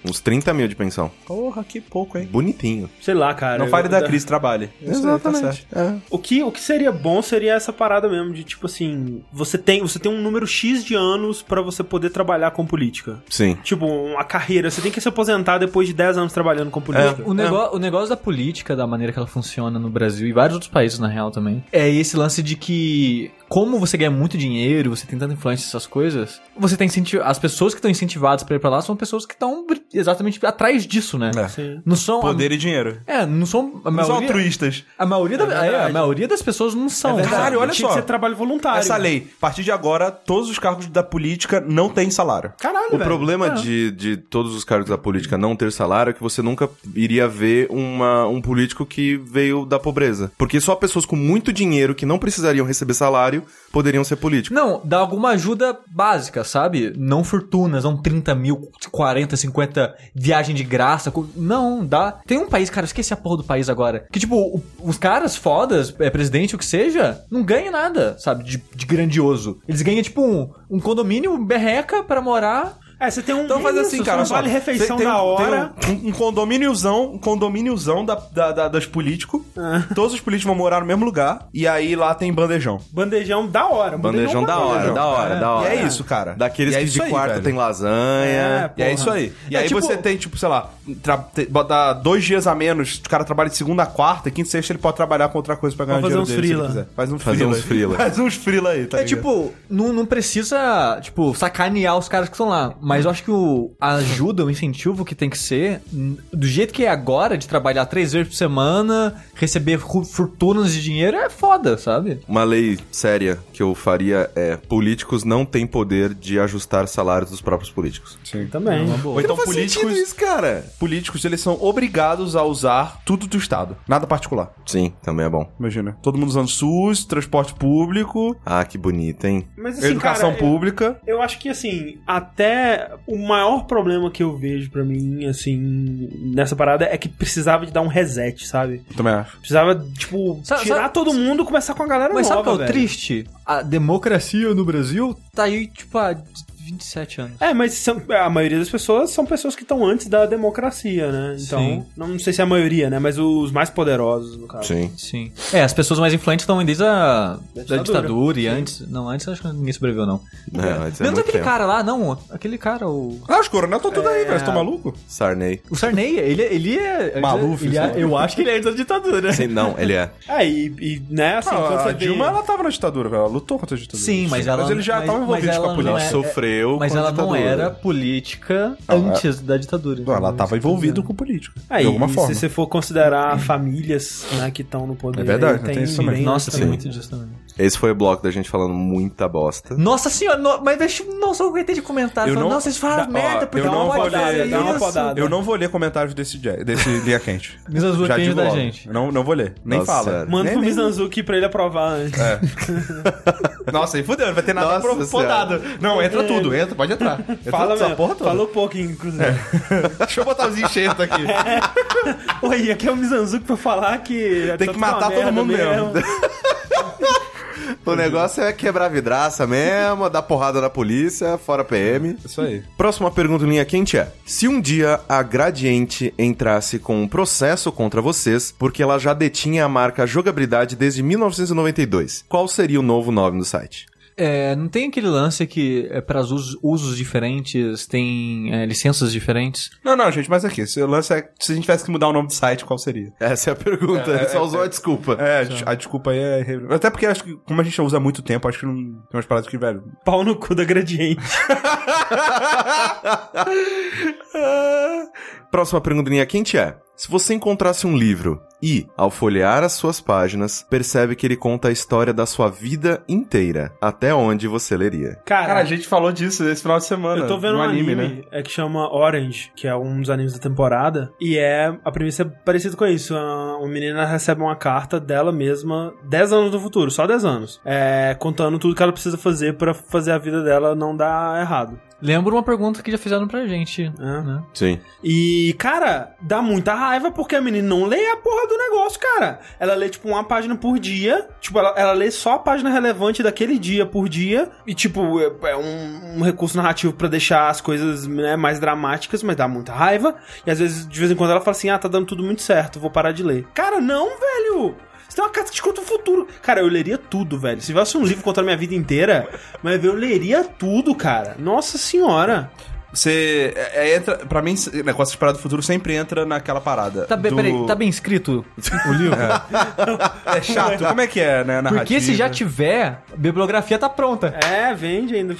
[SPEAKER 1] Uns 30 mil de pensão.
[SPEAKER 4] Porra, que pouco, hein?
[SPEAKER 1] Bonitinho.
[SPEAKER 2] Sei lá, cara.
[SPEAKER 4] Não
[SPEAKER 2] eu-
[SPEAKER 4] fale da crise, trabalhe. Isso aí, tá certo.
[SPEAKER 1] É.
[SPEAKER 2] O que, o que seria bom seria essa parada mesmo de tipo assim, você tem, você tem um número X de anos pra você poder trabalhar com política.
[SPEAKER 1] Sim.
[SPEAKER 2] Tipo, uma carreira, você tem que se aposentar depois de 10 anos trabalhando com política.
[SPEAKER 4] É,
[SPEAKER 3] O, negó- o negócio da política, da maneira que ela funciona no Brasil e vários outros países, na real, também, é esse lance de que, como você ganha muito dinheiro, você tem tanta influência essas coisas, você tá incenti- As pessoas que estão incentivadas pra ir pra lá são pessoas que estão br- exatamente atrás disso, né?
[SPEAKER 4] É.
[SPEAKER 2] Sim.
[SPEAKER 3] Não são.
[SPEAKER 4] Poder e dinheiro.
[SPEAKER 3] A, é, não são. A
[SPEAKER 4] Não são
[SPEAKER 3] maioria,
[SPEAKER 4] altruístas.
[SPEAKER 3] a maioria, da- é, a
[SPEAKER 2] verdade.
[SPEAKER 3] maioria das pessoas não são.
[SPEAKER 4] É verdade.
[SPEAKER 3] sabe?
[SPEAKER 4] Caralho, olha
[SPEAKER 2] Tinha
[SPEAKER 4] só.
[SPEAKER 2] que ser trabalho voluntário.
[SPEAKER 4] Essa lei, a partir de agora, todos os cargos da política não têm salário.
[SPEAKER 2] Caralho,
[SPEAKER 1] O
[SPEAKER 2] velho.
[SPEAKER 1] problema de, de todos os cargos da política não ter salário é que você nunca iria ver uma, um político que veio da pobreza. Porque só pessoas com muito dinheiro que não precisariam receber salário poderiam ser políticos.
[SPEAKER 3] Não, dá alguma ajuda básica, sabe? Não fortunas, não 30 mil, 40, 50 viagem de graça. co- Não, dá. Tem um país, cara, eu esqueci a porra do país agora. Que, tipo, o- os caras fodas, é, presidente, o que seja, não ganha nada, sabe? De, de grandioso. Eles ganham, tipo, um, um condomínio berreca pra morar.
[SPEAKER 2] É, você tem um.
[SPEAKER 4] Então faz
[SPEAKER 2] Isso,
[SPEAKER 4] assim, cara.
[SPEAKER 2] Um
[SPEAKER 4] só.
[SPEAKER 2] vale refeição
[SPEAKER 4] Tem- tem
[SPEAKER 2] da
[SPEAKER 4] um- tem
[SPEAKER 2] hora.
[SPEAKER 4] Um, um condomíniozão, um condomíniozão da, da, da- das políticos.
[SPEAKER 2] Ah.
[SPEAKER 4] Todos os políticos vão morar no mesmo lugar. E aí lá tem bandejão.
[SPEAKER 2] Bandejão é da hora.
[SPEAKER 1] Bandejão da hora,
[SPEAKER 2] né?
[SPEAKER 4] bandejão.
[SPEAKER 1] da hora, da
[SPEAKER 4] E
[SPEAKER 1] hora.
[SPEAKER 4] é isso, cara.
[SPEAKER 1] Daqueles
[SPEAKER 4] E é
[SPEAKER 1] que
[SPEAKER 4] isso
[SPEAKER 1] de
[SPEAKER 4] aí,
[SPEAKER 1] quarta
[SPEAKER 4] velho.
[SPEAKER 1] tem lasanha.
[SPEAKER 2] É,
[SPEAKER 4] E é
[SPEAKER 2] Porra.
[SPEAKER 4] isso aí. E
[SPEAKER 3] É,
[SPEAKER 4] aí
[SPEAKER 3] tipo-
[SPEAKER 4] você tem, tipo, sei lá, tra... te- botar dois dias a menos, o cara trabalha de segunda a quarta, quinta e sexta ele pode trabalhar com outra coisa pra ganhar
[SPEAKER 2] Pode fazer uns
[SPEAKER 4] dinheiro dele, se ele
[SPEAKER 2] freela.
[SPEAKER 4] quiser. Faz um
[SPEAKER 1] Fazer
[SPEAKER 4] frila.
[SPEAKER 1] uns freela.
[SPEAKER 4] Faz uns frila aí, tá
[SPEAKER 3] é
[SPEAKER 4] ligado?
[SPEAKER 3] tipo, não, não precisa, tipo, sacanear os caras que estão lá. Mas eu acho que o, a ajuda, o incentivo que tem que ser, n- do jeito que é agora, de trabalhar três vezes por semana, receber ru- fortunas de dinheiro, é foda, sabe?
[SPEAKER 1] Uma lei séria que eu faria é: políticos não têm poder de ajustar salários dos próprios políticos. É
[SPEAKER 2] Também.
[SPEAKER 4] Ou
[SPEAKER 1] não
[SPEAKER 4] então
[SPEAKER 1] faz
[SPEAKER 4] políticos,
[SPEAKER 1] sentido isso, cara.
[SPEAKER 4] políticos, eles são obrigados a usar tudo do Estado. Nada particular.
[SPEAKER 1] Sim, também é bom.
[SPEAKER 4] Imagina. Todo mundo usando SUS, transporte público,
[SPEAKER 1] Ah, que bonito, hein?
[SPEAKER 2] Mas assim,
[SPEAKER 4] educação
[SPEAKER 2] cara, eu-
[SPEAKER 4] pública.
[SPEAKER 2] Eu acho que assim, até o maior problema que eu vejo pra mim, assim, nessa parada é que precisava de dar um reset, sabe?
[SPEAKER 4] Eu... Também acho.
[SPEAKER 2] Precisava, tipo,
[SPEAKER 3] Sabe-
[SPEAKER 2] tirar
[SPEAKER 3] sabe-
[SPEAKER 2] todo mundo e começar com a galera
[SPEAKER 3] Mas sabe
[SPEAKER 2] nova,
[SPEAKER 3] o que é o
[SPEAKER 2] velho.
[SPEAKER 3] triste? A democracia no Brasil tá aí, tipo, há 27 anos.
[SPEAKER 2] É, mas são- a maioria das pessoas são pessoas que estão antes da democracia, né? Então,
[SPEAKER 3] Sim.
[SPEAKER 2] não sei se é a maioria, né? Mas os mais poderosos, no caso.
[SPEAKER 1] Sim.
[SPEAKER 3] Sim. É, as pessoas mais influentes estão desde a da ditadura,
[SPEAKER 2] ditadura.
[SPEAKER 3] e antes. Não, antes eu acho que ninguém sobreviveu, não.
[SPEAKER 1] É, mas é
[SPEAKER 3] Menos
[SPEAKER 4] tá
[SPEAKER 1] muito
[SPEAKER 3] aquele
[SPEAKER 1] tempo.
[SPEAKER 3] cara lá, não. Aquele cara, o.
[SPEAKER 4] Ah, os coronel estão tudo aí, velho. Você tá maluco?
[SPEAKER 1] Sarney.
[SPEAKER 3] O Sarney, ele, ele é.
[SPEAKER 4] Maluf,
[SPEAKER 3] ele é-
[SPEAKER 4] sabe?
[SPEAKER 3] Eu acho que ele é da ditadura.
[SPEAKER 1] Sim, não, ele é.
[SPEAKER 2] É, e, e, né, assim, quando
[SPEAKER 4] ah,
[SPEAKER 2] você
[SPEAKER 4] a Dilma,
[SPEAKER 2] vê...
[SPEAKER 4] ela tava na ditadura, velho. Ela lutou contra a ditadura.
[SPEAKER 3] Sim, mas ela-
[SPEAKER 4] Mas ele já
[SPEAKER 3] mas-
[SPEAKER 4] tava envolvido
[SPEAKER 3] mas
[SPEAKER 4] com a
[SPEAKER 3] ela não
[SPEAKER 4] política.
[SPEAKER 3] é-
[SPEAKER 1] Sofreu.
[SPEAKER 3] Mas
[SPEAKER 1] com a
[SPEAKER 3] ela não
[SPEAKER 1] ditadura.
[SPEAKER 3] era política
[SPEAKER 4] Não, é-
[SPEAKER 3] antes da ditadura.
[SPEAKER 4] Não, ela
[SPEAKER 3] entendeu?
[SPEAKER 4] tava envolvida com política.
[SPEAKER 2] Aí,
[SPEAKER 4] de alguma
[SPEAKER 2] se
[SPEAKER 4] forma.
[SPEAKER 2] você for considerar famílias, né, que estão no poder...
[SPEAKER 4] É verdade,
[SPEAKER 2] aí
[SPEAKER 4] tem isso também.
[SPEAKER 2] bem
[SPEAKER 3] Nossa, tem
[SPEAKER 2] também.
[SPEAKER 3] muito disso também.
[SPEAKER 1] Esse foi o bloco da gente falando muita bosta.
[SPEAKER 3] Nossa senhora, no- mas deixa, nossa, eu aguentei de comentar.
[SPEAKER 4] Eu
[SPEAKER 3] falando,
[SPEAKER 4] não-
[SPEAKER 3] nossa, vocês falaram
[SPEAKER 4] Dá-
[SPEAKER 3] merda,
[SPEAKER 4] ó,
[SPEAKER 3] porque
[SPEAKER 4] eu não
[SPEAKER 3] pode
[SPEAKER 4] vou
[SPEAKER 3] fazer
[SPEAKER 4] ler, dá uma
[SPEAKER 3] isso.
[SPEAKER 2] podada.
[SPEAKER 4] Eu não vou ler comentários desse, dia- desse linha quente.
[SPEAKER 3] Mizanzuki
[SPEAKER 4] Já digo
[SPEAKER 3] ajuda a
[SPEAKER 4] logo.
[SPEAKER 3] gente.
[SPEAKER 4] Não, não vou ler. Nem
[SPEAKER 1] Nossa,
[SPEAKER 4] fala.
[SPEAKER 1] sério.
[SPEAKER 2] Manda um
[SPEAKER 4] nem,
[SPEAKER 2] pro
[SPEAKER 4] nem-
[SPEAKER 2] Mizanzuki pra ele aprovar antes.
[SPEAKER 4] Nossa, aí fudeu, não vai ter nada
[SPEAKER 1] Nossa
[SPEAKER 4] pro- podado. Não, entra tudo, entra, pode entrar. Entra
[SPEAKER 2] Fala,
[SPEAKER 4] essa
[SPEAKER 2] mesmo.
[SPEAKER 4] porra toda. É.
[SPEAKER 2] Falou pouco, inclusive.
[SPEAKER 4] Deixa eu botar os enxertos aqui.
[SPEAKER 2] Oi, aqui é o Mizanzuki pra falar que...
[SPEAKER 4] Tem
[SPEAKER 2] tá
[SPEAKER 4] que
[SPEAKER 2] tudo
[SPEAKER 4] matar
[SPEAKER 2] uma
[SPEAKER 4] todo
[SPEAKER 2] merda
[SPEAKER 4] mundo mesmo.
[SPEAKER 1] O negócio é quebrar vidraça mesmo, dar porrada na polícia, fora PM.
[SPEAKER 4] É Isso aí.
[SPEAKER 1] Próxima pergunta em linha quente é: se um dia a Gradiente entrasse com um processo contra vocês, porque ela já detinha a marca jogabilidade desde 1992, qual seria o novo nome do site?
[SPEAKER 3] É, não tem aquele lance que é para usos, usos diferentes, tem é, licenças diferentes?
[SPEAKER 4] Não, não, gente, mas aqui, esse lance é, se a gente tivesse que mudar o nome do site, qual seria?
[SPEAKER 1] Essa é a pergunta, ele só usou a desculpa.
[SPEAKER 4] É, a des- a desculpa aí é... irre- Até porque acho que, como a gente já usa há muito tempo, acho que não tem umas paradas que, velho...
[SPEAKER 2] Pau no cu da Gradiente.
[SPEAKER 1] Próxima pergunta em linha quente é: se você encontrasse um livro e, ao folhear as suas páginas, percebe que ele conta a história da sua vida inteira, até onde você leria?
[SPEAKER 2] Cara,
[SPEAKER 4] Cara, a gente falou disso esse final de semana.
[SPEAKER 2] eu tô vendo
[SPEAKER 4] no né?
[SPEAKER 2] um anime, é que chama Orange, que é um dos animes da temporada, e é a premissa é parecida com isso. A- Uma menina recebe uma carta dela mesma 10 anos no futuro, só 10 anos, é, contando tudo que ela precisa fazer pra fazer a vida dela não dar errado.
[SPEAKER 3] Lembro uma pergunta que já fizeram pra gente.
[SPEAKER 2] né?
[SPEAKER 3] né?
[SPEAKER 1] Sim.
[SPEAKER 2] E, cara, dá muita raiva porque a menina não lê a porra do do negócio, cara. Ela lê, tipo, uma página por dia. Tipo, ela, ela lê só a página relevante daquele dia por dia. E, tipo, é, é um, um recurso narrativo pra deixar as coisas né, mais dramáticas, mas dá muita raiva. E às vezes, de vez em quando, ela fala assim: ah, tá dando tudo muito certo, vou parar de ler. Cara, não, velho! Você tem uma carta que te conta o futuro. Cara, eu leria tudo, velho. Se tivesse um livro contando a minha vida inteira, mas eu leria tudo, cara. Nossa senhora.
[SPEAKER 4] Você é, é, entra. Pra mim, esse negócio de parada do futuro sempre entra naquela parada.
[SPEAKER 3] Tá bem,
[SPEAKER 4] do-
[SPEAKER 3] peraí, tá bem escrito o livro?
[SPEAKER 4] É chato. Como é que é, né? Narrativa.
[SPEAKER 3] Porque se já tiver, a bibliografia tá pronta.
[SPEAKER 2] É, vende ainda.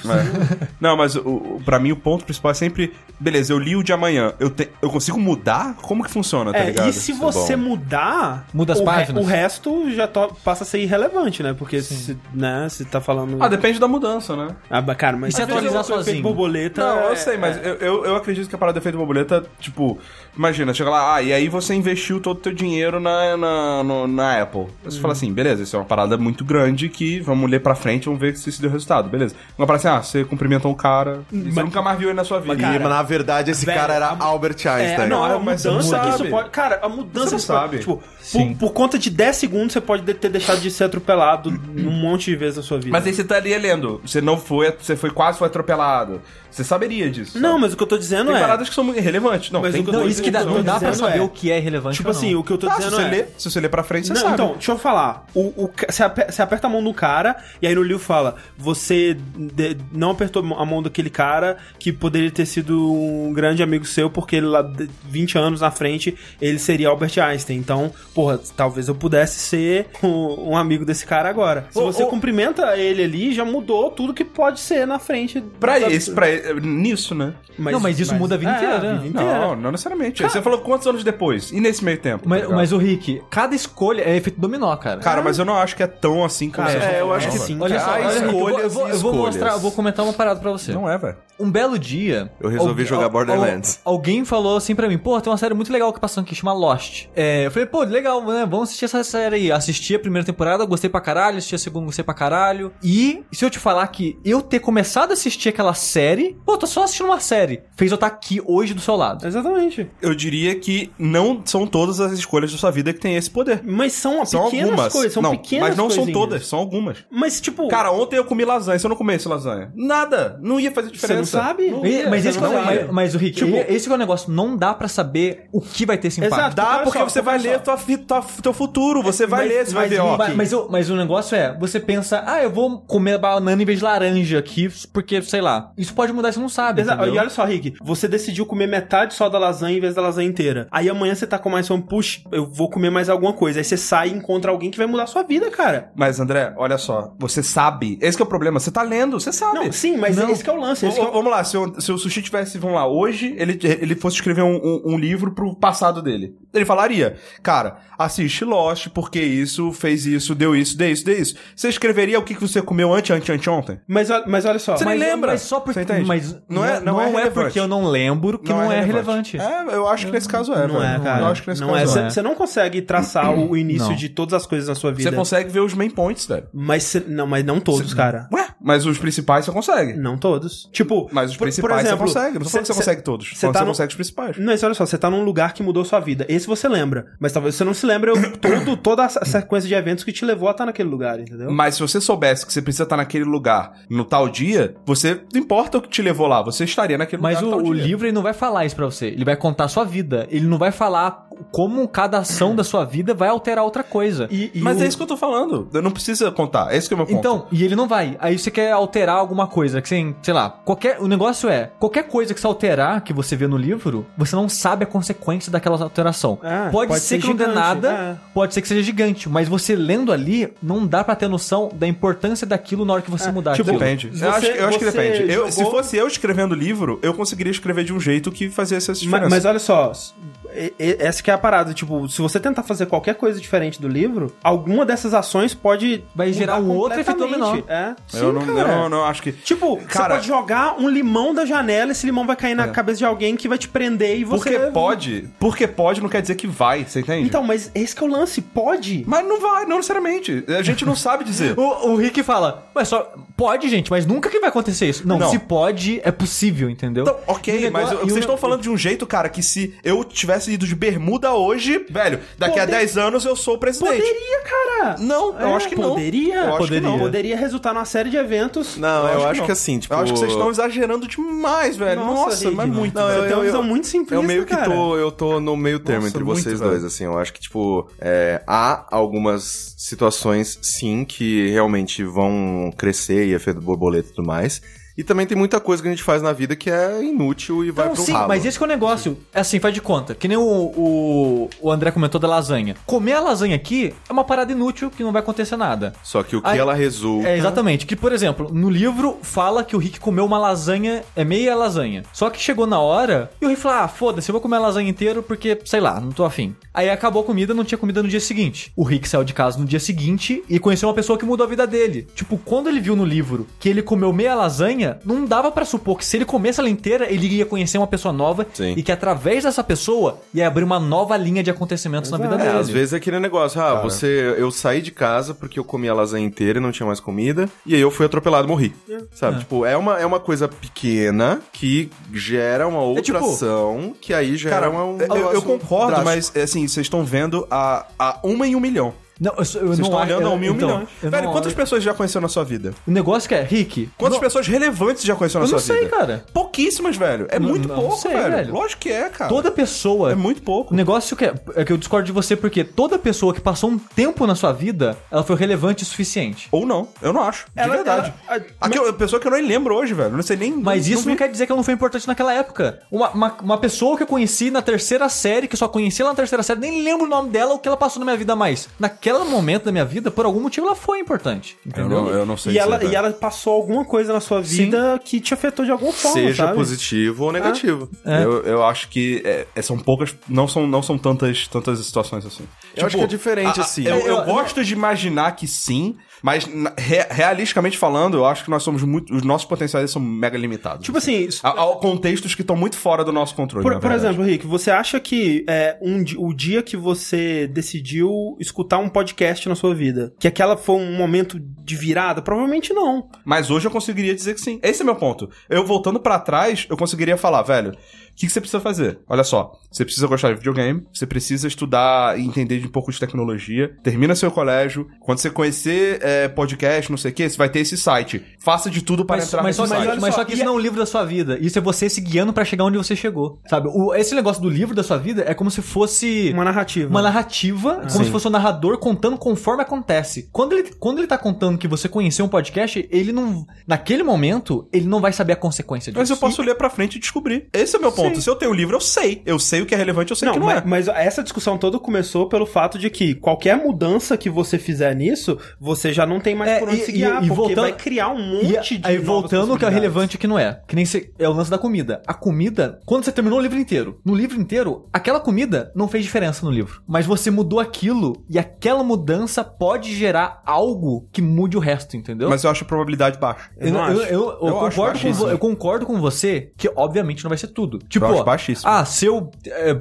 [SPEAKER 4] Não, mas o, o, pra mim o ponto principal é sempre. Beleza, eu li o de amanhã. Eu, te- eu consigo mudar? Como que funciona, tá
[SPEAKER 2] É,
[SPEAKER 4] ligado?
[SPEAKER 2] e se
[SPEAKER 4] Tá
[SPEAKER 2] você
[SPEAKER 4] bom.
[SPEAKER 2] mudar,
[SPEAKER 3] Muda as
[SPEAKER 2] o, re-
[SPEAKER 3] páginas.
[SPEAKER 2] o resto já to- passa a ser irrelevante, né? Porque se, né, se tá falando.
[SPEAKER 4] Ah, depende da mudança, né?
[SPEAKER 2] Ah, ba- cara, mas
[SPEAKER 3] E se
[SPEAKER 2] às vezes
[SPEAKER 3] atualizar
[SPEAKER 2] o efeito
[SPEAKER 3] sozinho?
[SPEAKER 2] borboleta.
[SPEAKER 4] Não,
[SPEAKER 2] é-
[SPEAKER 4] eu sei, mas eu, eu, eu acredito que a parada é de efeito borboleta, tipo, imagina, chega lá, ah, e aí você investiu todo o teu dinheiro na, na, no- na Apple. Você
[SPEAKER 2] Uhum.
[SPEAKER 4] fala assim, beleza, isso é uma parada muito grande que vamos ler pra frente, vamos ver se isso deu resultado, beleza. Agora parece assim, ah, você cumprimentou um cara, e você nunca mais viu ele na sua vida.
[SPEAKER 1] E,
[SPEAKER 2] cara,
[SPEAKER 1] na verdade, esse
[SPEAKER 2] velho,
[SPEAKER 1] cara era
[SPEAKER 2] a mu-
[SPEAKER 1] Albert
[SPEAKER 2] É,
[SPEAKER 1] Einstein.
[SPEAKER 2] não, a
[SPEAKER 4] Não, mas você
[SPEAKER 2] mudança
[SPEAKER 4] não
[SPEAKER 2] que isso
[SPEAKER 4] sabe.
[SPEAKER 2] pode. Cara, a mudança
[SPEAKER 4] Você não
[SPEAKER 2] que isso pode-
[SPEAKER 4] sabe.
[SPEAKER 2] Tipo,
[SPEAKER 3] Sim.
[SPEAKER 2] por, por conta de 10 segundos você pode de- ter deixado de ser atropelado um monte de vezes na sua vida.
[SPEAKER 4] Mas aí você tá ali lendo, você não foi, você foi quase foi atropelado. Você saberia disso.
[SPEAKER 2] Não,
[SPEAKER 4] sabe?
[SPEAKER 2] mas o que eu tô dizendo
[SPEAKER 4] Tem
[SPEAKER 2] é.
[SPEAKER 4] paradas que são muito relevantes. Não,
[SPEAKER 2] Mas
[SPEAKER 4] tem
[SPEAKER 2] o que eu
[SPEAKER 4] coisa
[SPEAKER 3] Não,
[SPEAKER 2] tô
[SPEAKER 3] isso que dá,
[SPEAKER 2] eu tô
[SPEAKER 3] não dá pra
[SPEAKER 2] dizendo
[SPEAKER 3] saber
[SPEAKER 2] é,
[SPEAKER 3] o que é relevante
[SPEAKER 2] Tipo
[SPEAKER 3] ou não.
[SPEAKER 2] assim, o que eu tô
[SPEAKER 4] Ah, se
[SPEAKER 2] dizendo
[SPEAKER 4] você
[SPEAKER 2] é.
[SPEAKER 4] ler, se você ler pra frente, você
[SPEAKER 2] Não,
[SPEAKER 4] sabe.
[SPEAKER 2] então, deixa eu falar. O, o, ca- você, ape- você aperta a mão do cara, e aí no livro fala: você de- não apertou a mão daquele cara que poderia ter sido um grande amigo seu, porque ele lá de- 20 anos na frente ele seria Albert Einstein. Então, porra, talvez eu pudesse ser um, um amigo desse cara agora. Se
[SPEAKER 4] Ô,
[SPEAKER 2] você
[SPEAKER 4] ô-
[SPEAKER 2] cumprimenta ele ali, já mudou tudo que pode ser na frente.
[SPEAKER 4] Pra
[SPEAKER 2] da-
[SPEAKER 4] esse, pra nisso, né?
[SPEAKER 3] Não, mas isso muda a vida
[SPEAKER 2] é,
[SPEAKER 3] inteira, né?
[SPEAKER 2] vida inteira.
[SPEAKER 4] Não, não necessariamente. Você falou quantos anos depois? E nesse meio tempo? tá
[SPEAKER 3] Mas,
[SPEAKER 4] ligado?
[SPEAKER 3] mas o Rick, cada escolha é efeito dominó, cara.
[SPEAKER 4] Cara, mas eu não acho que é tão assim como
[SPEAKER 2] Cara,
[SPEAKER 4] você
[SPEAKER 1] É, eu acho que
[SPEAKER 4] falando,
[SPEAKER 1] sim.
[SPEAKER 4] velho.
[SPEAKER 3] Olha
[SPEAKER 1] cara.
[SPEAKER 3] só,
[SPEAKER 1] Há
[SPEAKER 3] olha, Rick, eu vou-
[SPEAKER 1] escolhas
[SPEAKER 3] eu vou,
[SPEAKER 1] e
[SPEAKER 3] eu vou
[SPEAKER 1] escolhas.
[SPEAKER 3] mostrar, eu vou comentar uma parada pra você.
[SPEAKER 4] Não é, velho.
[SPEAKER 3] Um belo dia.
[SPEAKER 1] Eu resolvi
[SPEAKER 3] algu-
[SPEAKER 1] jogar
[SPEAKER 3] al-
[SPEAKER 1] Borderlands.
[SPEAKER 3] al- alguém falou assim pra mim: Pô, tem uma série muito legal que passando aqui, chama Lost. É, eu falei: Pô, legal, né? Vamos assistir essa série aí. Assisti a primeira temporada, gostei pra caralho. Assisti a segunda, gostei pra caralho. E se eu te falar que eu ter começado a assistir aquela série, pô, tô só assistindo uma série. Fez eu estar aqui hoje do seu lado.
[SPEAKER 2] Exatamente.
[SPEAKER 4] Eu diria que não são todas as escolhas da sua vida que têm esse poder.
[SPEAKER 2] Mas são,
[SPEAKER 4] São
[SPEAKER 2] pequenas
[SPEAKER 4] algumas.
[SPEAKER 2] coisas, são
[SPEAKER 4] não,
[SPEAKER 2] pequenas
[SPEAKER 4] mas não são
[SPEAKER 2] coisinhas.
[SPEAKER 4] todas, são algumas.
[SPEAKER 2] Mas, tipo.
[SPEAKER 4] Cara, ontem eu comi lasanha, se eu não comesse lasanha. Nada! Não ia fazer diferença.
[SPEAKER 2] sabe?
[SPEAKER 4] Não
[SPEAKER 3] E-
[SPEAKER 4] ia,
[SPEAKER 3] mas,
[SPEAKER 4] você
[SPEAKER 3] esse que é
[SPEAKER 4] não
[SPEAKER 3] o-
[SPEAKER 4] ia.
[SPEAKER 3] mas, mas o Rick,
[SPEAKER 2] Tipo-
[SPEAKER 3] e- esse que é o negócio, não dá pra saber o que vai ter esse impacto.
[SPEAKER 2] Exato.
[SPEAKER 4] Dá
[SPEAKER 2] Olha
[SPEAKER 4] porque
[SPEAKER 2] só,
[SPEAKER 4] você vai
[SPEAKER 2] olha
[SPEAKER 4] ler
[SPEAKER 2] só.
[SPEAKER 4] tua, fi- tua, teu futuro, você vai
[SPEAKER 2] mas-
[SPEAKER 4] ler, você vai
[SPEAKER 2] mas
[SPEAKER 4] ver, ó.
[SPEAKER 2] Rick-
[SPEAKER 3] Mas, mas o, mas o negócio é, você pensa, ah, eu vou comer banana em vez de laranja aqui, porque, sei lá, isso pode mudar, você não sabe.
[SPEAKER 2] Exa-
[SPEAKER 3] entendeu?
[SPEAKER 2] E olha só, Rick, você decidiu comer metade só da lasanha em vez da lasanha inteira. Aí amanhã você tá com mais fome, puxa, eu vou comer mais alguma coisa. Aí você sai e encontra alguém que vai mudar a sua vida, cara.
[SPEAKER 4] Mas, André, olha só, você sabe. Esse que é o problema, você tá lendo, você sabe.
[SPEAKER 2] Não, sim, mas
[SPEAKER 4] Não.
[SPEAKER 2] esse que é o lance. Esse que é
[SPEAKER 4] Vamos-
[SPEAKER 2] o...
[SPEAKER 4] Vamos lá, se o, se o Sushi tivesse, vamos lá, hoje, ele, ele fosse escrever um, um- um livro pro passado dele. Ele falaria, cara, assiste Lost, porque isso, fez isso, deu isso, deu isso, deu isso. Você escreveria o que que você comeu ante, ante, ante ontem?
[SPEAKER 2] Mas, ol- mas olha só.
[SPEAKER 4] Você
[SPEAKER 3] mas,
[SPEAKER 4] nem lembra.
[SPEAKER 3] Mas só
[SPEAKER 4] Você
[SPEAKER 3] porque.
[SPEAKER 4] entende?
[SPEAKER 3] Mas
[SPEAKER 4] Não é- não é relevante.
[SPEAKER 3] porque eu não lembro que não, é, relevante.
[SPEAKER 4] É, eu acho que nesse caso é,
[SPEAKER 2] Não
[SPEAKER 4] velho.
[SPEAKER 2] é, cara.
[SPEAKER 4] Eu acho que nesse
[SPEAKER 2] não é.
[SPEAKER 4] caso
[SPEAKER 2] Você
[SPEAKER 4] é.
[SPEAKER 2] você não consegue traçar o o início
[SPEAKER 3] Não.
[SPEAKER 2] de todas as coisas na sua vida.
[SPEAKER 4] Você consegue ver os main points, velho.
[SPEAKER 2] Mas cê- não, mas não todos, cara.
[SPEAKER 4] Ué, mas os principais você consegue.
[SPEAKER 2] Não todos. Tipo,
[SPEAKER 4] Mas os
[SPEAKER 2] por- por
[SPEAKER 4] principais
[SPEAKER 2] exemplo,
[SPEAKER 4] você consegue. Não tô falando que você
[SPEAKER 2] cê-
[SPEAKER 4] consegue todos.
[SPEAKER 2] cê
[SPEAKER 4] Tô falando que
[SPEAKER 2] tá
[SPEAKER 4] você
[SPEAKER 2] no-
[SPEAKER 4] consegue os principais.
[SPEAKER 2] Não, mas olha só, você tá num lugar que mudou sua vida. Esse você lembra. Mas talvez você não se lembre o- todo, toda a sequência de eventos que te levou a estar naquele lugar, entendeu?
[SPEAKER 4] Mas se você soubesse que você precisa estar naquele lugar no tal dia, você não importa o que te levou lá, você estaria naquele
[SPEAKER 3] Mas o,
[SPEAKER 4] lugar. no é tal
[SPEAKER 3] o
[SPEAKER 4] dia.
[SPEAKER 3] livro ele não vai falar isso pra você. Ele vai contar a sua vida. Ele não vai falar como cada ação da sua vida vai alterar outra coisa.
[SPEAKER 2] E- e
[SPEAKER 4] Mas
[SPEAKER 2] o-
[SPEAKER 4] é isso que eu tô falando. Eu não precisa contar. É isso que é o meu ponto.
[SPEAKER 3] Então, e ele não vai. Aí você quer alterar alguma coisa, que você, sei lá, qualquer, o negócio é, qualquer coisa que você alterar, que você vê no livro, você não sabe a consequência daquela alteração.
[SPEAKER 2] É,
[SPEAKER 3] pode,
[SPEAKER 2] pode
[SPEAKER 3] ser,
[SPEAKER 2] ser
[SPEAKER 3] que não dê
[SPEAKER 2] gigante,
[SPEAKER 3] nada,
[SPEAKER 2] é.
[SPEAKER 3] pode ser que seja gigante, mas você lendo ali, não dá pra ter noção da importância daquilo na hora que você mudar
[SPEAKER 2] tipo,
[SPEAKER 3] aquilo.
[SPEAKER 4] É, depende.
[SPEAKER 2] Você-
[SPEAKER 4] eu acho, eu acho que
[SPEAKER 2] você
[SPEAKER 4] depende. Eu- Se
[SPEAKER 2] jogou-
[SPEAKER 4] fosse eu escrevendo o livro, eu conseguiria escrever de um jeito que fazia essa
[SPEAKER 2] Ma-
[SPEAKER 4] diferença.
[SPEAKER 2] Mas, olha só, s- e- e- essa que é a parada. Tipo, se você tentar fazer qualquer coisa diferente do livro, alguma dessas ações pode.
[SPEAKER 3] Vai
[SPEAKER 2] mudar
[SPEAKER 3] gerar um outro
[SPEAKER 2] completamente.
[SPEAKER 3] efeito dominó.
[SPEAKER 2] É. Sim,
[SPEAKER 4] eu, não,
[SPEAKER 2] cara.
[SPEAKER 4] eu não- não acho que.
[SPEAKER 2] Tipo, você
[SPEAKER 4] Cara- É.
[SPEAKER 2] pode jogar um limão da janela, esse limão vai cair na cabeça de alguém que vai te prender e você. um-
[SPEAKER 4] Porque pode. Porque pode não quer dizer que vai, você entende?
[SPEAKER 2] Então, mas esse que é o lance, pode.
[SPEAKER 4] Mas não vai, não necessariamente. A gente não sabe dizer.
[SPEAKER 3] O, o Rick fala, mas só pode, gente, mas nunca que vai acontecer isso. Não,
[SPEAKER 4] Não.
[SPEAKER 3] se pode, é possível, entendeu?
[SPEAKER 4] Então, ok,
[SPEAKER 3] E o
[SPEAKER 4] mas
[SPEAKER 3] negócio-
[SPEAKER 4] o-
[SPEAKER 3] e o
[SPEAKER 4] vocês estão
[SPEAKER 3] ne-
[SPEAKER 4] falando de um jeito, cara, que se eu tivesse ido de bermuda hoje, velho, daqui a
[SPEAKER 2] Poder-
[SPEAKER 4] 10 anos eu sou o presidente.
[SPEAKER 2] Poderia, cara!
[SPEAKER 4] Não, eu
[SPEAKER 2] É,
[SPEAKER 4] acho que não.
[SPEAKER 2] poderia,
[SPEAKER 4] Eu acho
[SPEAKER 2] Poderia.
[SPEAKER 4] que não.
[SPEAKER 2] Poderia resultar numa série de eventos.
[SPEAKER 1] Não, eu, acho que,
[SPEAKER 4] não.
[SPEAKER 1] assim, tipo.
[SPEAKER 4] Eu acho que vocês estão exagerando demais, velho. Nossa, mas
[SPEAKER 2] Reed,
[SPEAKER 4] muito.
[SPEAKER 1] é,
[SPEAKER 4] Então,
[SPEAKER 1] Não,
[SPEAKER 2] Você
[SPEAKER 1] eu-
[SPEAKER 2] tem uma
[SPEAKER 1] eu-
[SPEAKER 2] visão
[SPEAKER 1] eu-
[SPEAKER 2] muito simplista,
[SPEAKER 1] Eu meio que
[SPEAKER 2] cara.
[SPEAKER 1] tô, eu tô no meio termo
[SPEAKER 4] Nossa,
[SPEAKER 1] entre
[SPEAKER 4] muito,
[SPEAKER 1] vocês
[SPEAKER 4] velho.
[SPEAKER 1] dois, assim. Eu acho que, tipo, é, há algumas situações, sim, que realmente vão crescer e efeito borboleta e tudo mais. E também tem muita coisa que a gente faz na vida que é inútil e vai
[SPEAKER 3] Não,
[SPEAKER 1] pro
[SPEAKER 3] sim,
[SPEAKER 1] ralo.
[SPEAKER 3] mas esse que é o negócio. É assim, faz de conta. Que nem o, o, o André comentou da lasanha. Comer a lasanha aqui é uma parada inútil que não vai acontecer nada.
[SPEAKER 1] Só que o que
[SPEAKER 3] Aí-
[SPEAKER 1] ela resulta...
[SPEAKER 3] É, exatamente. Que, por exemplo, no livro fala que o Rick comeu uma lasanha, é meia lasanha. Só que chegou na hora e o Rick falou: ah, foda-se, eu vou comer a lasanha inteira porque, sei lá, não tô afim. Aí acabou a comida, não tinha comida no dia seguinte. O Rick saiu de casa no dia seguinte e conheceu uma pessoa que mudou a vida dele. Tipo, quando ele viu no livro que ele comeu meia lasanha, não dava pra supor que se ele comesse ela inteira, ele ia conhecer uma pessoa nova
[SPEAKER 1] Sim.
[SPEAKER 3] e que através dessa pessoa ia abrir uma nova linha de acontecimentos na vida
[SPEAKER 1] É,
[SPEAKER 3] dele.
[SPEAKER 1] às vezes é aquele negócio, ah, você, eu saí de casa porque eu comi a lasanha inteira e não tinha mais comida, e aí eu fui atropelado e morri. Sabe? Tipo, é uma, é uma coisa pequena que gera uma outra
[SPEAKER 3] tipo-
[SPEAKER 1] ação, que aí gera
[SPEAKER 3] é
[SPEAKER 4] Cara, é,
[SPEAKER 1] uma, um
[SPEAKER 4] eu- eu,
[SPEAKER 1] negócio
[SPEAKER 4] concordo,
[SPEAKER 1] drástico.
[SPEAKER 4] mas assim, vocês estão vendo a, a uma em um milhão.
[SPEAKER 3] Não, eu, sou- eu
[SPEAKER 4] Vocês
[SPEAKER 3] não
[SPEAKER 4] estão
[SPEAKER 3] acho-
[SPEAKER 4] olhando a
[SPEAKER 3] eu-
[SPEAKER 4] uma em um
[SPEAKER 3] então,
[SPEAKER 4] milhão.
[SPEAKER 3] eu
[SPEAKER 4] Velho,
[SPEAKER 3] não-
[SPEAKER 4] quantas pessoas já conheceu na sua vida?
[SPEAKER 3] O negócio que é, Rick.
[SPEAKER 4] Quantas
[SPEAKER 3] não-
[SPEAKER 4] pessoas relevantes já conheceu na
[SPEAKER 3] Eu
[SPEAKER 4] sua
[SPEAKER 3] não
[SPEAKER 4] vida?
[SPEAKER 3] sei, cara.
[SPEAKER 4] Pouquíssimas, velho. É muito
[SPEAKER 3] não
[SPEAKER 4] pouco,
[SPEAKER 3] sei,
[SPEAKER 4] velho.
[SPEAKER 3] velho.
[SPEAKER 4] Lógico que é, cara.
[SPEAKER 3] Toda pessoa.
[SPEAKER 4] É muito pouco.
[SPEAKER 3] O negócio que é, é que eu discordo de você porque toda pessoa que passou um tempo na sua vida, ela foi relevante o suficiente.
[SPEAKER 4] Ou não, eu não acho. De
[SPEAKER 2] Ela-
[SPEAKER 4] verdade.
[SPEAKER 2] ela- a-
[SPEAKER 4] Aquela é pessoa que eu nem lembro hoje, velho. Não sei nem.
[SPEAKER 3] Mas isso não,
[SPEAKER 4] vi.
[SPEAKER 3] quer dizer que ela não foi importante naquela época. Uma, uma, uma pessoa que eu conheci na terceira série, que eu só conheci ela na terceira série, nem lembro o nome dela ou o que ela passou na minha vida mais. Naquele momento da minha vida, por algum motivo, ela foi importante.
[SPEAKER 4] É, Eu
[SPEAKER 3] Entendeu?
[SPEAKER 4] não, eu não sei. é
[SPEAKER 2] E ela,
[SPEAKER 4] dizer,
[SPEAKER 2] e ela passou alguma coisa na sua vida que te afetou de alguma forma,
[SPEAKER 1] Seja
[SPEAKER 2] sabe?
[SPEAKER 1] positivo ou negativo.
[SPEAKER 2] É.
[SPEAKER 4] velho. Eu, eu acho que é, é, são poucas, não são, não são tantas, tantas situações assim.
[SPEAKER 1] Eu acho que é diferente, assim.
[SPEAKER 4] Eu, eu
[SPEAKER 3] Eu- eu-
[SPEAKER 4] gosto de imaginar que sim, mas na- re- realisticamente falando, eu acho que nós somos muito. Os nossos potenciais são mega limitados.
[SPEAKER 2] Tipo assim,
[SPEAKER 4] Há, há contextos que estão muito fora do nosso controle.
[SPEAKER 2] Por,
[SPEAKER 4] Ah, na
[SPEAKER 2] por
[SPEAKER 4] verdade.
[SPEAKER 2] exemplo, Rick, você acha que é, um di- o dia que você decidiu escutar um podcast na sua vida, que aquela foi um momento de virada? Provavelmente não.
[SPEAKER 4] Mas hoje eu conseguiria dizer que sim. Esse é meu ponto. Eu voltando pra trás, eu conseguiria falar, velho, o que, que você precisa fazer? Olha só, você precisa gostar de videogame, você precisa estudar e entender de um pouco de tecnologia, termina seu colégio, quando você conhecer é, podcast, não sei o que, você vai ter esse site. Faça de tudo para
[SPEAKER 3] Mas,
[SPEAKER 4] entrar
[SPEAKER 3] mas
[SPEAKER 4] nesse
[SPEAKER 3] só, mas-
[SPEAKER 4] site.
[SPEAKER 2] olha
[SPEAKER 3] mas
[SPEAKER 2] só,
[SPEAKER 3] só que isso
[SPEAKER 2] e-
[SPEAKER 3] não é um livro da sua vida. Isso é você se guiando pra chegar onde você chegou. Sabe? O- esse negócio do livro da sua vida é como se fosse.
[SPEAKER 2] Uma narrativa.
[SPEAKER 3] Uma narrativa, como se fosse o narrador contando conforme acontece. Quando ele, quando ele tá contando que você conheceu um podcast, ele não. Naquele momento, ele não vai saber a consequência disso.
[SPEAKER 4] Mas eu posso ler pra frente e descobrir. Esse é o meu ponto. Se eu tenho o livro, eu sei. Eu sei o que é relevante, eu sei o
[SPEAKER 2] Não,
[SPEAKER 4] que não
[SPEAKER 2] mas,
[SPEAKER 4] é.
[SPEAKER 2] mas essa discussão toda começou pelo fato de que qualquer mudança que você fizer nisso, você já não tem mais
[SPEAKER 3] É,
[SPEAKER 2] por onde
[SPEAKER 3] e-
[SPEAKER 2] se guiar,
[SPEAKER 3] e- e
[SPEAKER 2] porque
[SPEAKER 3] voltando-
[SPEAKER 2] vai criar um
[SPEAKER 3] E
[SPEAKER 2] monte de
[SPEAKER 3] aí,
[SPEAKER 2] novas
[SPEAKER 3] voltando ao que é
[SPEAKER 2] possibilidades.
[SPEAKER 3] relevante e que não é. Que nem se, é o lance da comida. A comida, quando você terminou o livro inteiro, no livro inteiro, aquela comida não fez diferença no livro. Mas você mudou aquilo e aquela mudança pode gerar algo que mude o resto, entendeu?
[SPEAKER 4] Mas eu acho a probabilidade baixa.
[SPEAKER 3] Eu, não- eu, eu, eu
[SPEAKER 4] Eu acho
[SPEAKER 3] concordo com,
[SPEAKER 4] baixíssimo.
[SPEAKER 3] vo- eu concordo com você que, obviamente, não vai ser tudo. Tipo,
[SPEAKER 4] acho
[SPEAKER 3] ó,
[SPEAKER 4] baixíssimo.
[SPEAKER 3] ah, se eu é,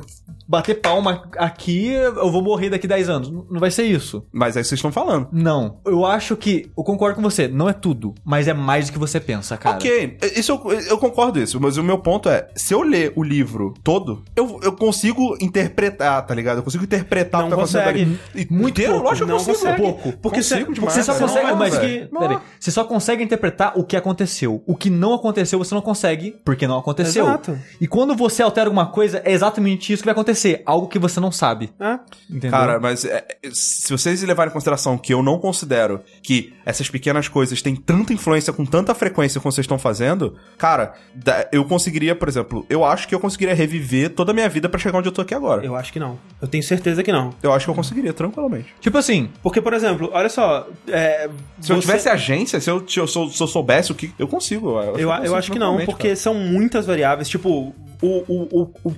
[SPEAKER 3] bater palma aqui, eu vou morrer daqui 10 anos. N- Não vai ser isso.
[SPEAKER 4] Mas é isso que vocês estão falando.
[SPEAKER 3] Não. Eu acho que. Eu concordo com você. Não é tudo, mas é mais do que você pensa, cara.
[SPEAKER 4] Ok, é, isso eu, eu concordo isso, mas o meu ponto é, se eu ler o livro todo, eu, eu consigo interpretar, tá ligado? Eu consigo interpretar
[SPEAKER 2] Não
[SPEAKER 4] o que tá acontecendo
[SPEAKER 2] consegue.
[SPEAKER 4] ali. E
[SPEAKER 3] Muito
[SPEAKER 4] inteiro,
[SPEAKER 3] pouco.
[SPEAKER 4] lógico que eu
[SPEAKER 2] Não
[SPEAKER 4] consigo.
[SPEAKER 2] consegue.
[SPEAKER 4] Pouco.
[SPEAKER 2] Porque você-
[SPEAKER 4] Consigo demais,
[SPEAKER 3] Você só
[SPEAKER 4] velho.
[SPEAKER 3] consegue.
[SPEAKER 4] Não,
[SPEAKER 3] Mas
[SPEAKER 4] velho.
[SPEAKER 3] que. Peraí. Você só consegue interpretar o que aconteceu. O que não aconteceu, você não consegue, porque não aconteceu.
[SPEAKER 2] Exato.
[SPEAKER 3] E quando você altera alguma coisa, é exatamente isso que vai acontecer. Algo que você não sabe.
[SPEAKER 2] É.
[SPEAKER 3] Entendeu?
[SPEAKER 4] Cara, mas é, se vocês levarem em consideração que eu não considero que essas pequenas coisas têm tanta influência com tanta frequência como vocês estão fazendo, cara, da- eu conseguiria, por exemplo, eu acho que eu conseguiria reviver toda a minha vida pra chegar onde eu tô aqui
[SPEAKER 3] É.
[SPEAKER 4] agora. Eu,
[SPEAKER 2] Eu acho que não. Eu tenho certeza que não.
[SPEAKER 4] acho que eu conseguiria, tranquilamente.
[SPEAKER 3] Tipo assim.
[SPEAKER 2] Porque, por exemplo, olha só. é,
[SPEAKER 4] Se eu
[SPEAKER 2] você-
[SPEAKER 4] tivesse agência, se eu, ti- eu sou- se eu soubesse o que. Eu consigo. Eu,
[SPEAKER 2] Eu, eu
[SPEAKER 4] consigo
[SPEAKER 2] acho que não,
[SPEAKER 4] tranquilamente,
[SPEAKER 2] porque são muitas variáveis. Tipo, o, o, o- o-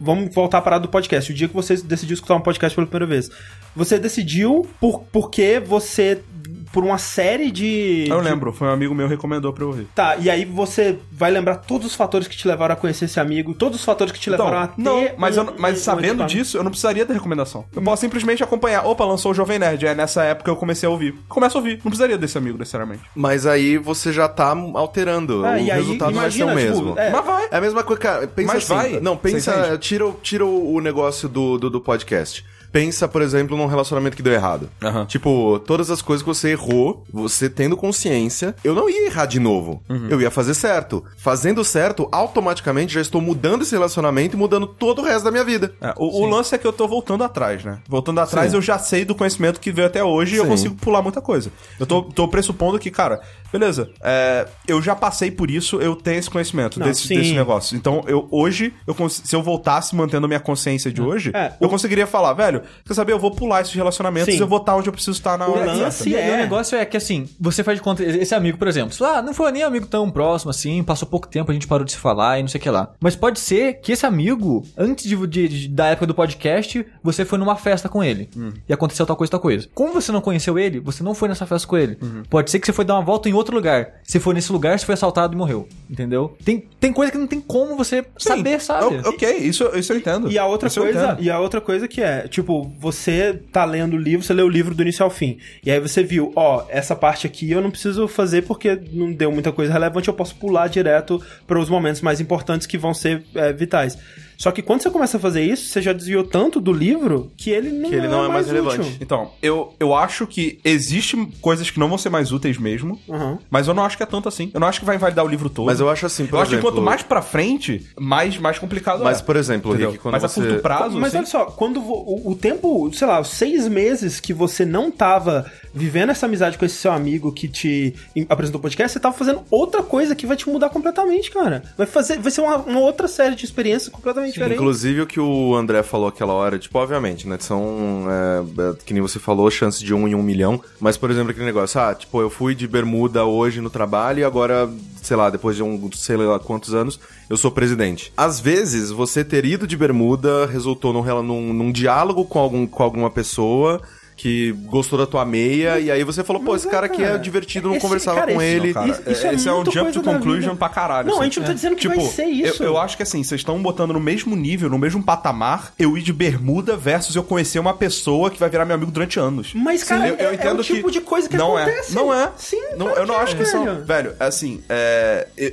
[SPEAKER 2] Vamos voltar à parada do podcast. O dia que você decidiu escutar um podcast pela primeira vez. Você decidiu por, porque você. por uma série de.
[SPEAKER 4] Eu
[SPEAKER 2] de-
[SPEAKER 4] lembro, foi um amigo meu que recomendou pra eu ouvir.
[SPEAKER 2] Tá, e aí você vai lembrar todos os fatores que te levaram a conhecer esse amigo, todos os fatores que te
[SPEAKER 4] Então,
[SPEAKER 2] levaram a ter.
[SPEAKER 4] não, mas, eu não-
[SPEAKER 2] um-
[SPEAKER 4] mas
[SPEAKER 2] um
[SPEAKER 4] sabendo
[SPEAKER 2] equipamento. Hum.
[SPEAKER 4] disso, eu não precisaria da recomendação. Eu posso simplesmente acompanhar. Opa, lançou o Jovem Nerd. É nessa época eu comecei a ouvir. Começa a ouvir. Não precisaria desse amigo, necessariamente.
[SPEAKER 1] Mas aí você já tá alterando.
[SPEAKER 2] Ah,
[SPEAKER 1] o
[SPEAKER 2] e aí,
[SPEAKER 1] resultado
[SPEAKER 2] imagina,
[SPEAKER 1] vai ser o
[SPEAKER 2] tipo,
[SPEAKER 1] mesmo.
[SPEAKER 2] é.
[SPEAKER 4] Mas vai.
[SPEAKER 1] É a mesma coisa, cara. Pensa
[SPEAKER 4] Mas
[SPEAKER 1] assim.
[SPEAKER 4] vai.
[SPEAKER 1] Não,
[SPEAKER 4] Você
[SPEAKER 1] pensa.
[SPEAKER 4] entende?
[SPEAKER 1] Tira, o- tira o o negócio do, do, do podcast. Pensa, por exemplo, num relacionamento que deu errado.
[SPEAKER 4] Aham.
[SPEAKER 1] Tipo, todas as coisas que você errou, você tendo consciência, eu não ia errar de novo.
[SPEAKER 4] Uhum.
[SPEAKER 1] Eu ia fazer certo. Fazendo certo, automaticamente já estou mudando esse relacionamento e mudando todo o resto da minha vida.
[SPEAKER 4] É, o, o lance é que eu tô voltando atrás, né? Voltando atrás, eu já sei do conhecimento que veio até hoje e eu
[SPEAKER 1] Sim.
[SPEAKER 4] consigo pular muita coisa. Eu tô, tô pressupondo que, cara, beleza, é, eu já passei por isso, eu tenho esse conhecimento
[SPEAKER 2] Não,
[SPEAKER 4] desse,
[SPEAKER 2] sim.
[SPEAKER 4] desse negócio. Então, eu hoje, eu cons- se eu voltasse mantendo a minha consciência de hoje,
[SPEAKER 2] É,
[SPEAKER 4] eu
[SPEAKER 2] o-
[SPEAKER 4] conseguiria falar, velho, quer saber, eu vou pular esses relacionamentos,
[SPEAKER 2] Sim.
[SPEAKER 4] eu vou estar onde eu preciso estar na
[SPEAKER 2] O
[SPEAKER 4] hora
[SPEAKER 2] lance
[SPEAKER 4] certa.
[SPEAKER 2] Assim
[SPEAKER 3] e, aí
[SPEAKER 2] é.
[SPEAKER 3] o negócio é que assim, você faz de conta, esse amigo, por exemplo, sei lá, não foi nem amigo tão próximo assim, passou pouco tempo, a gente parou de se falar e não sei o que lá. Mas pode ser que esse amigo, antes de, de- de- da época do podcast, você foi numa festa com ele e aconteceu tal coisa, tal coisa. Como você não conheceu ele, você não foi nessa festa com ele. Pode ser que você foi dar uma volta em outro lugar. Se foi nesse lugar, você foi assaltado e morreu. Entendeu? Tem, tem coisa que não tem como você
[SPEAKER 4] Sim.
[SPEAKER 3] saber, sabe?
[SPEAKER 4] Eu- ok, isso, isso eu entendo.
[SPEAKER 2] é E a outra
[SPEAKER 4] Isso eu
[SPEAKER 2] coisa,
[SPEAKER 4] entendo.
[SPEAKER 2] e a outra coisa que é, tipo, você tá lendo o livro, você lê o livro do início ao fim. E aí você viu, ó, essa parte aqui eu não preciso fazer porque não deu muita coisa relevante, eu posso pular direto para os momentos mais importantes que vão ser é, vitais. Só que quando você começa a fazer isso, você já desviou tanto do livro que ele não,
[SPEAKER 1] Que ele não é mais relevante.
[SPEAKER 2] útil.
[SPEAKER 4] Então, eu, eu acho que existem coisas que não vão ser mais úteis mesmo,
[SPEAKER 2] Aham.
[SPEAKER 4] Mas eu não acho que é tanto assim. Eu não acho que vai invalidar o livro todo.
[SPEAKER 1] Mas eu acho assim, por
[SPEAKER 4] Eu acho que
[SPEAKER 1] exemplo.
[SPEAKER 4] quanto mais pra frente, mais, mais complicado
[SPEAKER 1] Mas,
[SPEAKER 4] é.
[SPEAKER 1] por exemplo,
[SPEAKER 4] Entendeu?
[SPEAKER 1] Rick, quando
[SPEAKER 4] Mas
[SPEAKER 1] você-
[SPEAKER 4] a curto prazo,
[SPEAKER 2] Mas
[SPEAKER 4] assim,
[SPEAKER 2] olha só, quando vo- o, o tempo, sei lá, os seis meses que você não tava vivendo essa amizade com esse seu amigo que te em- apresentou o podcast, você tava fazendo outra coisa que vai te mudar completamente, cara. Vai fazer, vai ser uma, uma outra série de experiências completamente diferente.
[SPEAKER 1] Inclusive o que o André falou aquela hora, tipo, obviamente, né? São, é, é, que nem você falou, chance de um em um milhão. Mas, por exemplo, aquele negócio, ah, tipo, eu fui de bermuda hoje no trabalho e agora, sei lá, depois de um, sei lá quantos anos, eu sou presidente. Às vezes, você ter ido de bermuda resultou num, rela- num, num diálogo com, algum, com alguma pessoa que gostou da tua meia e aí você falou, pô,
[SPEAKER 2] Mas
[SPEAKER 1] esse
[SPEAKER 2] é,
[SPEAKER 1] cara aqui é
[SPEAKER 2] cara.
[SPEAKER 1] divertido, não
[SPEAKER 2] Esse-
[SPEAKER 1] conversava
[SPEAKER 2] cara,
[SPEAKER 1] com
[SPEAKER 2] esse-
[SPEAKER 1] ele.
[SPEAKER 2] Não,
[SPEAKER 4] cara,
[SPEAKER 2] Isso- isso é
[SPEAKER 4] esse é, um
[SPEAKER 2] muita
[SPEAKER 4] jump to
[SPEAKER 2] coisa da
[SPEAKER 4] conclusion
[SPEAKER 2] vida.
[SPEAKER 4] pra caralho.
[SPEAKER 2] Não,
[SPEAKER 4] assim.
[SPEAKER 2] a gente não tá dizendo que vai ser isso.
[SPEAKER 4] Eu, eu acho que assim, vocês estão botando no mesmo nível, no mesmo patamar, eu ir de bermuda versus eu conhecer uma pessoa que vai virar meu amigo durante anos.
[SPEAKER 2] Mas, cara, é- é o tipo de coisa que
[SPEAKER 4] não
[SPEAKER 2] acontece.
[SPEAKER 4] É. Não é.
[SPEAKER 2] Sim,
[SPEAKER 4] não,
[SPEAKER 2] pra
[SPEAKER 4] Eu não
[SPEAKER 2] quê,
[SPEAKER 4] acho que são.
[SPEAKER 2] velho?
[SPEAKER 4] Velho, assim, é, eu-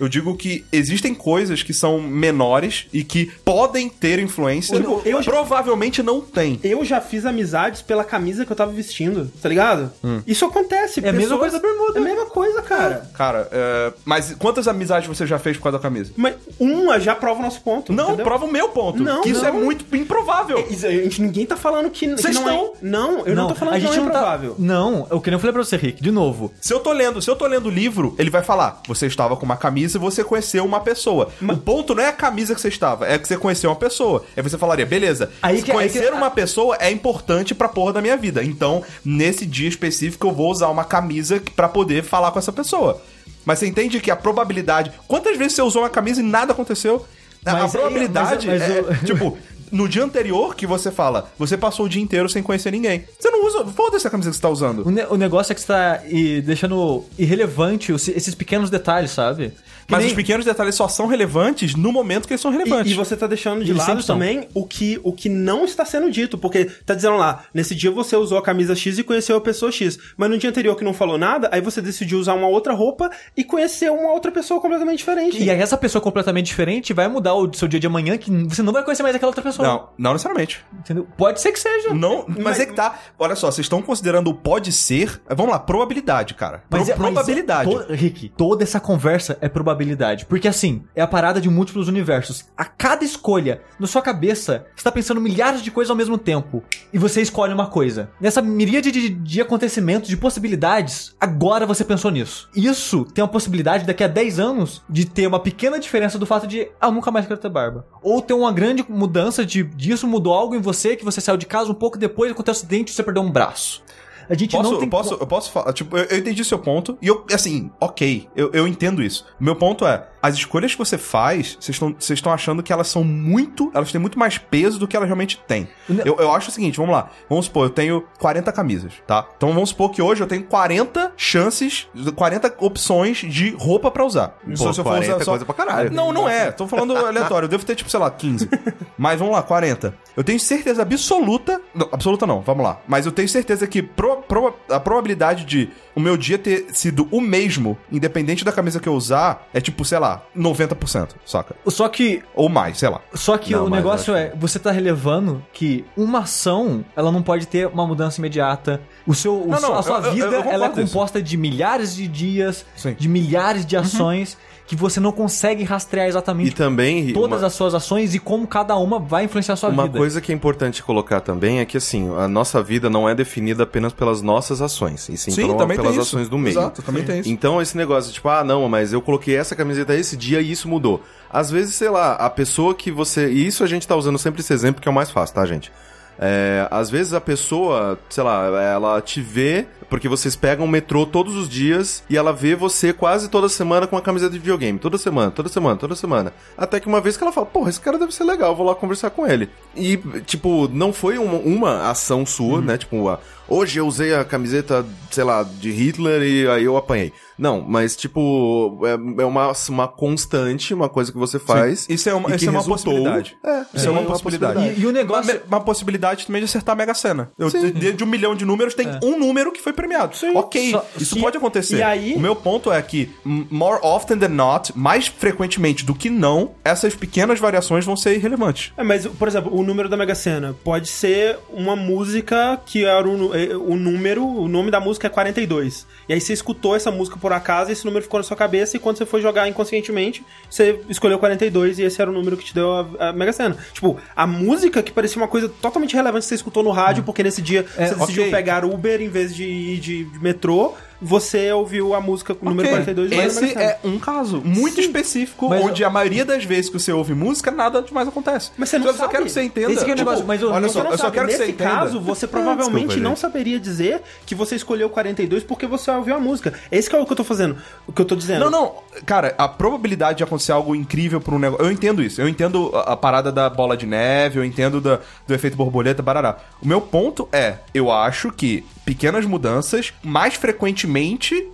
[SPEAKER 4] eu digo que existem coisas que são menores e que podem ter influência.
[SPEAKER 2] Tipo, eu já-
[SPEAKER 4] provavelmente não tem.
[SPEAKER 2] Eu já fiz amizades pela camisa que eu tava vestindo, tá ligado? Isso acontece.
[SPEAKER 3] É a mesma coisa da bermuda.
[SPEAKER 2] É a mesma coisa, cara.
[SPEAKER 4] Cara, é, mas quantas amizades você já fez por causa da camisa?
[SPEAKER 2] Mas uma já prova o nosso ponto.
[SPEAKER 4] Não,
[SPEAKER 2] entendeu?
[SPEAKER 4] prova o meu ponto.
[SPEAKER 2] Não,
[SPEAKER 4] que isso
[SPEAKER 2] não.
[SPEAKER 4] é muito improvável.
[SPEAKER 2] É, isso, a gente- Ninguém tá falando que, que
[SPEAKER 4] Vocês
[SPEAKER 2] não é-
[SPEAKER 4] estão?
[SPEAKER 2] Não, eu não, tô falando que não é
[SPEAKER 3] tá-
[SPEAKER 2] improvável.
[SPEAKER 3] Não, é o que nem eu falei pra você, Rick, de novo.
[SPEAKER 4] Se eu tô lendo, se eu tô lendo o livro, ele vai falar: você estava com uma camisa e você conheceu uma pessoa. O ponto não é a camisa que você estava, é que você conheceu uma pessoa. Aí você falaria, beleza,
[SPEAKER 3] Aí que-
[SPEAKER 4] conhecer
[SPEAKER 3] aí que-
[SPEAKER 4] uma pessoa é importante pra porra da minha vida. Então, nesse dia específico, eu vou usar uma camisa pra poder falar com essa pessoa. Mas você entende que a probabilidade. Quantas vezes você usou uma camisa e nada aconteceu? A- a
[SPEAKER 3] Mas é-
[SPEAKER 4] probabilidade
[SPEAKER 3] mas- mas
[SPEAKER 4] é,
[SPEAKER 3] eu-
[SPEAKER 4] tipo, no dia anterior que você fala, você passou o dia inteiro sem conhecer ninguém. Você não usa. Foda-se a camisa que você tá usando.
[SPEAKER 3] O, ne- o negócio é que você tá e, deixando irrelevante os- esses pequenos detalhes, sabe? Que
[SPEAKER 4] Mas
[SPEAKER 3] nem-
[SPEAKER 4] os pequenos detalhes só são relevantes no momento que eles são relevantes.
[SPEAKER 2] E, e você tá deixando de
[SPEAKER 3] Eles sempre
[SPEAKER 2] lado
[SPEAKER 3] estão.
[SPEAKER 2] também o que, o que não está sendo dito, porque tá dizendo lá, nesse dia você usou a camisa X e conheceu a pessoa X, mas no dia anterior que não falou nada, aí você decidiu usar uma outra roupa e conheceu uma outra pessoa completamente diferente.
[SPEAKER 3] E aí essa pessoa completamente diferente vai mudar o seu dia de amanhã que você não vai conhecer mais aquela outra pessoa.
[SPEAKER 4] Não, não necessariamente.
[SPEAKER 3] Entendeu? Pode ser que seja.
[SPEAKER 4] Não, mas,
[SPEAKER 2] Mas-
[SPEAKER 4] é que tá. Olha só, vocês estão considerando o pode ser. Vamos lá, probabilidade, cara. Pro-
[SPEAKER 3] é-
[SPEAKER 4] probabilidade.
[SPEAKER 3] é- to- Rick, toda essa conversa é probabilidade. Porque assim, é a parada de múltiplos universos. A cada escolha, na sua cabeça, você tá pensando milhares de coisas ao mesmo tempo. E você escolhe uma coisa. Nessa miríade de, de acontecimentos, de possibilidades, agora você pensou nisso. Isso tem uma possibilidade daqui a 10 anos de ter uma pequena diferença do fato de, ah, eu nunca mais quero ter barba. Ou ter uma grande mudança de disso mudou algo em você, que você saiu de casa um pouco depois, aconteceu um acidente e você perdeu um braço. A gente
[SPEAKER 4] Posso,
[SPEAKER 3] não tem
[SPEAKER 4] posso, eu posso falar, tipo, eu, eu entendi seu ponto, e eu, assim, ok, eu, eu entendo isso. Meu ponto é, as escolhas que você faz, vocês estão- vocês estão achando que elas são muito. Elas têm muito mais peso do que elas realmente têm.
[SPEAKER 3] Não.
[SPEAKER 4] Eu, eu acho o seguinte, vamos lá. Vamos supor, eu tenho 40 camisas, tá? Então vamos supor que hoje eu tenho 40 chances, 40 opções de roupa pra usar.
[SPEAKER 1] Pô, 40 é coisa pra caralho.
[SPEAKER 4] Não, não é. Tô falando aleatório. Eu devo ter, tipo, sei lá, 15. Mas vamos lá, 40. Eu tenho certeza absoluta. Não, absoluta não, vamos lá. Mas eu tenho certeza que pro- pro- a probabilidade de o meu dia ter sido o mesmo, independente da camisa que eu usar, é tipo, sei lá, 90%, saca?
[SPEAKER 3] Só que
[SPEAKER 4] Ou mais, sei lá.
[SPEAKER 3] Só que
[SPEAKER 1] Não,
[SPEAKER 3] o
[SPEAKER 1] mas
[SPEAKER 3] negócio
[SPEAKER 1] eu
[SPEAKER 3] é, você tá relevando que uma ação, ela não pode ter uma mudança imediata. O seu, o
[SPEAKER 4] Não,
[SPEAKER 3] seu-
[SPEAKER 4] não,
[SPEAKER 3] a sua
[SPEAKER 4] eu- eu-
[SPEAKER 3] vida,
[SPEAKER 4] eu concordo
[SPEAKER 3] ela é
[SPEAKER 4] nisso.
[SPEAKER 3] composta de milhares de dias,
[SPEAKER 4] Sim.
[SPEAKER 3] de milhares de ações que você não consegue rastrear
[SPEAKER 1] E
[SPEAKER 3] exatamente
[SPEAKER 1] também, Ri,
[SPEAKER 3] todas
[SPEAKER 1] uma-
[SPEAKER 3] as suas ações e como cada uma vai influenciar a sua
[SPEAKER 1] Uma
[SPEAKER 3] vida.
[SPEAKER 1] coisa que é importante colocar também é que, assim, a nossa vida não é definida apenas pelas nossas ações, e sim, pelo- pelas ações do meio.
[SPEAKER 4] Exato, também tem isso.
[SPEAKER 1] Então, esse negócio de tipo, ah, não, mas eu coloquei essa camiseta esse dia e isso mudou. Às vezes, sei lá, a pessoa que você. E isso a gente tá usando sempre esse exemplo que é o mais fácil, tá, gente? É, às vezes a pessoa, sei lá, ela te vê, porque vocês pegam o metrô todos os dias e ela vê você quase toda semana com uma camiseta de videogame. Toda semana, toda semana, toda semana. Até que uma vez que ela fala, porra, esse cara deve ser legal, vou lá conversar com ele. E, tipo, não foi uma, uma ação sua, né? Tipo, a, hoje eu usei a camiseta, sei lá, de Hitler e aí eu apanhei. Não, mas, tipo, é, é uma, uma constante, uma coisa que você faz.
[SPEAKER 4] Isso é uma,
[SPEAKER 1] e
[SPEAKER 4] isso
[SPEAKER 1] que
[SPEAKER 4] é uma
[SPEAKER 1] resultou-
[SPEAKER 4] possibilidade.
[SPEAKER 1] É,
[SPEAKER 4] Isso é uma possibilidade.
[SPEAKER 3] E, e o negócio...
[SPEAKER 4] Uma, uma possibilidade também de acertar a Mega Sena. Eu, de, de um milhão de números, tem um número que foi premiado. Ok,
[SPEAKER 3] Só-
[SPEAKER 4] isso
[SPEAKER 2] e-
[SPEAKER 4] pode acontecer.
[SPEAKER 2] e aí-
[SPEAKER 4] O meu ponto é que, m- more often than not, mais frequentemente do que não, essas pequenas variações vão ser irrelevantes.
[SPEAKER 2] É, mas, por exemplo, o número da Mega Sena pode ser uma música que era o, nu- eh, o número, o nome da música é 42. E aí você escutou essa música por acaso, esse número ficou na sua cabeça, e quando você foi jogar inconscientemente, você escolheu 42 e esse era o número que te deu a, a Mega Sena. Tipo, a música que parecia uma coisa totalmente relevante que você escutou no rádio, porque nesse dia você decidiu
[SPEAKER 4] Hum. É, ok.
[SPEAKER 2] pegar Uber em vez de ir de, de metrô, você ouviu a música com o número
[SPEAKER 4] Ok,
[SPEAKER 2] 42 e vai na Mega
[SPEAKER 4] Esse
[SPEAKER 2] Sena.
[SPEAKER 4] é um caso muito específico,
[SPEAKER 3] Mas
[SPEAKER 4] onde a maioria das vezes que você ouve música, nada demais acontece. Então,
[SPEAKER 2] Mas você não
[SPEAKER 4] eu só
[SPEAKER 2] sabe.
[SPEAKER 4] quero que você entenda.
[SPEAKER 3] Esse que é o negócio, mas eu-
[SPEAKER 4] olha
[SPEAKER 3] você
[SPEAKER 4] só,
[SPEAKER 2] Você não
[SPEAKER 4] eu só
[SPEAKER 2] sabe.
[SPEAKER 4] quero que
[SPEAKER 2] Nesse
[SPEAKER 4] você entenda.
[SPEAKER 2] caso, você provavelmente
[SPEAKER 1] Desculpa,
[SPEAKER 2] não
[SPEAKER 1] gente.
[SPEAKER 2] saberia dizer que você escolheu 42 porque você ouviu a música. Esse que é o que eu tô fazendo. O que eu tô dizendo.
[SPEAKER 4] Não, não. Cara, a probabilidade de acontecer algo incrível pra um negócio. Eu entendo isso. Eu entendo a, a parada da bola de neve, eu entendo da- do efeito borboleta, barará. O meu ponto é: eu acho que pequenas mudanças, mais frequentemente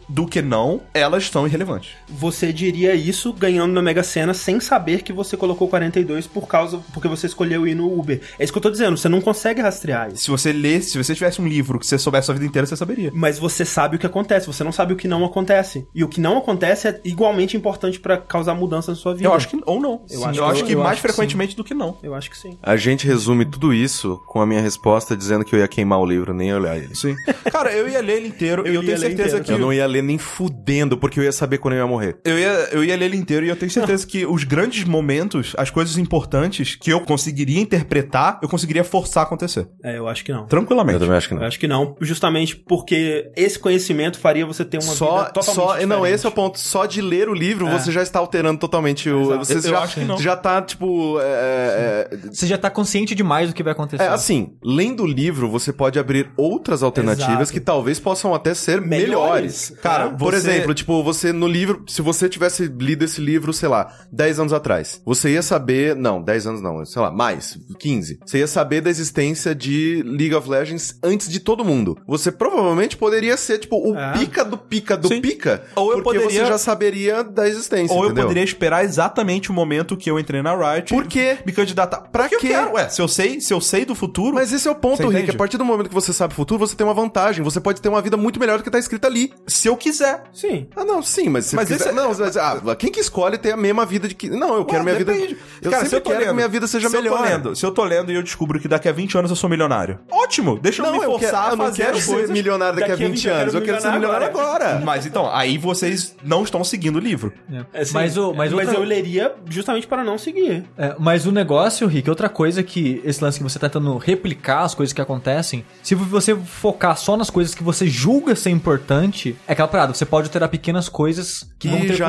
[SPEAKER 4] do que não, elas são irrelevantes.
[SPEAKER 2] Você diria isso ganhando na Mega Sena sem saber que você colocou 42 por causa porque você escolheu ir no Uber. É isso que eu tô dizendo. Você não consegue rastrear isso.
[SPEAKER 4] Se você lesse, se você tivesse um livro que você soubesse a vida inteira, você saberia.
[SPEAKER 2] Mas você sabe o que acontece, você não sabe o que não acontece. E o que não acontece é igualmente importante pra causar mudança na sua vida.
[SPEAKER 4] Eu acho que. Ou não.
[SPEAKER 2] Eu
[SPEAKER 4] Sim,
[SPEAKER 2] acho
[SPEAKER 4] eu
[SPEAKER 2] que-
[SPEAKER 4] acho que
[SPEAKER 3] eu
[SPEAKER 4] mais
[SPEAKER 3] acho que
[SPEAKER 4] frequentemente do que não.
[SPEAKER 2] Eu acho que sim.
[SPEAKER 1] A gente resume tudo isso com a minha resposta dizendo que eu ia queimar o livro, nem ia olhar ele.
[SPEAKER 4] Sim. Cara, eu ia ler ele inteiro e eu
[SPEAKER 2] ia
[SPEAKER 4] tenho
[SPEAKER 2] ler
[SPEAKER 4] certeza
[SPEAKER 2] inteiro.
[SPEAKER 4] que.
[SPEAKER 1] Eu não ia ler nem fudendo, porque eu ia saber quando eu ia morrer.
[SPEAKER 4] Eu ia, eu ia ler ele inteiro e eu tenho certeza que os grandes momentos, as coisas importantes que eu conseguiria interpretar, eu conseguiria forçar a acontecer.
[SPEAKER 2] É, eu acho que não.
[SPEAKER 1] Eu
[SPEAKER 4] Tranquilamente.
[SPEAKER 1] também acho que
[SPEAKER 2] Eu
[SPEAKER 1] não.
[SPEAKER 2] acho que não, justamente porque esse conhecimento faria você ter uma
[SPEAKER 1] Só,
[SPEAKER 2] vida totalmente
[SPEAKER 1] só, não,
[SPEAKER 2] diferente.
[SPEAKER 1] esse é o ponto. Só de ler o livro, você já está alterando totalmente o.
[SPEAKER 2] Exato.
[SPEAKER 1] Você
[SPEAKER 4] Eu
[SPEAKER 1] já,
[SPEAKER 4] acho que não.
[SPEAKER 1] já tá, tipo. é, é,
[SPEAKER 3] Você já tá consciente demais do que vai acontecer.
[SPEAKER 1] é, assim, lendo o livro, você pode abrir outras alternativas
[SPEAKER 2] Exato.
[SPEAKER 1] que talvez possam até ser melhores.
[SPEAKER 2] Melhores.
[SPEAKER 1] Cara,
[SPEAKER 4] Cara,
[SPEAKER 1] por
[SPEAKER 4] É. você-
[SPEAKER 1] exemplo, tipo, você no livro, se você tivesse lido esse livro, sei lá, 10 anos atrás, você ia saber, não, 10 anos não, sei lá, mais, 15. Você ia saber da existência de League of Legends antes de todo mundo. Você provavelmente poderia ser, tipo, o
[SPEAKER 2] É.
[SPEAKER 1] pica do pica do
[SPEAKER 4] Sim.
[SPEAKER 1] pica,
[SPEAKER 4] Ou eu
[SPEAKER 1] porque
[SPEAKER 4] poderia-
[SPEAKER 1] você já saberia da existência,
[SPEAKER 4] Ou eu
[SPEAKER 1] entendeu?
[SPEAKER 4] poderia esperar exatamente o momento que eu entrei na Riot.
[SPEAKER 1] Por quê?
[SPEAKER 4] e Me candidatar. Pra
[SPEAKER 1] Pra
[SPEAKER 4] que
[SPEAKER 1] quê?
[SPEAKER 4] eu quero? Ué, se eu sei, se eu sei do futuro.
[SPEAKER 1] Mas esse é o ponto,
[SPEAKER 4] Você
[SPEAKER 1] Rick.
[SPEAKER 4] entende?
[SPEAKER 1] A partir do momento que você sabe o futuro, você tem uma vantagem. Você pode ter uma vida muito melhor do que tá escrita ali.
[SPEAKER 4] se eu quiser.
[SPEAKER 2] Sim.
[SPEAKER 1] Ah, não, sim, mas se
[SPEAKER 4] Mas
[SPEAKER 1] quiser-
[SPEAKER 4] esse é-
[SPEAKER 1] Não, mas, ah, quem que escolhe ter a mesma vida de que... Não, eu quero minha
[SPEAKER 4] depende.
[SPEAKER 1] vida... Eu
[SPEAKER 4] Cara, se
[SPEAKER 1] Ah, sempre
[SPEAKER 4] eu tô
[SPEAKER 1] quero que
[SPEAKER 4] lendo-
[SPEAKER 1] minha vida seja
[SPEAKER 4] se
[SPEAKER 1] melhor.
[SPEAKER 4] Eu tô lendo, se eu tô lendo e eu descubro que daqui a 20 anos eu sou milionário. Ótimo! Deixa eu
[SPEAKER 1] Não,
[SPEAKER 4] me
[SPEAKER 1] eu, quero,
[SPEAKER 4] forçar
[SPEAKER 1] eu
[SPEAKER 4] a
[SPEAKER 1] não
[SPEAKER 4] fazer
[SPEAKER 1] quero
[SPEAKER 4] as
[SPEAKER 1] ser
[SPEAKER 4] coisas.
[SPEAKER 1] milionário daqui a 20 anos. Eu quero ser milionário agora.
[SPEAKER 4] Mas então, aí vocês não estão seguindo o livro.
[SPEAKER 3] né?
[SPEAKER 2] É,
[SPEAKER 1] assim,
[SPEAKER 2] sim.
[SPEAKER 3] Mas o, mas
[SPEAKER 2] mas
[SPEAKER 3] outra-
[SPEAKER 2] eu leria justamente para não seguir.
[SPEAKER 3] É, mas o negócio, Rick, outra coisa que esse lance que você tá tentando replicar as coisas que acontecem, se você focar só nas coisas que você julga ser importante, é aquela parada, você pode alterar pequenas coisas
[SPEAKER 1] Que
[SPEAKER 3] que, vão ter
[SPEAKER 1] já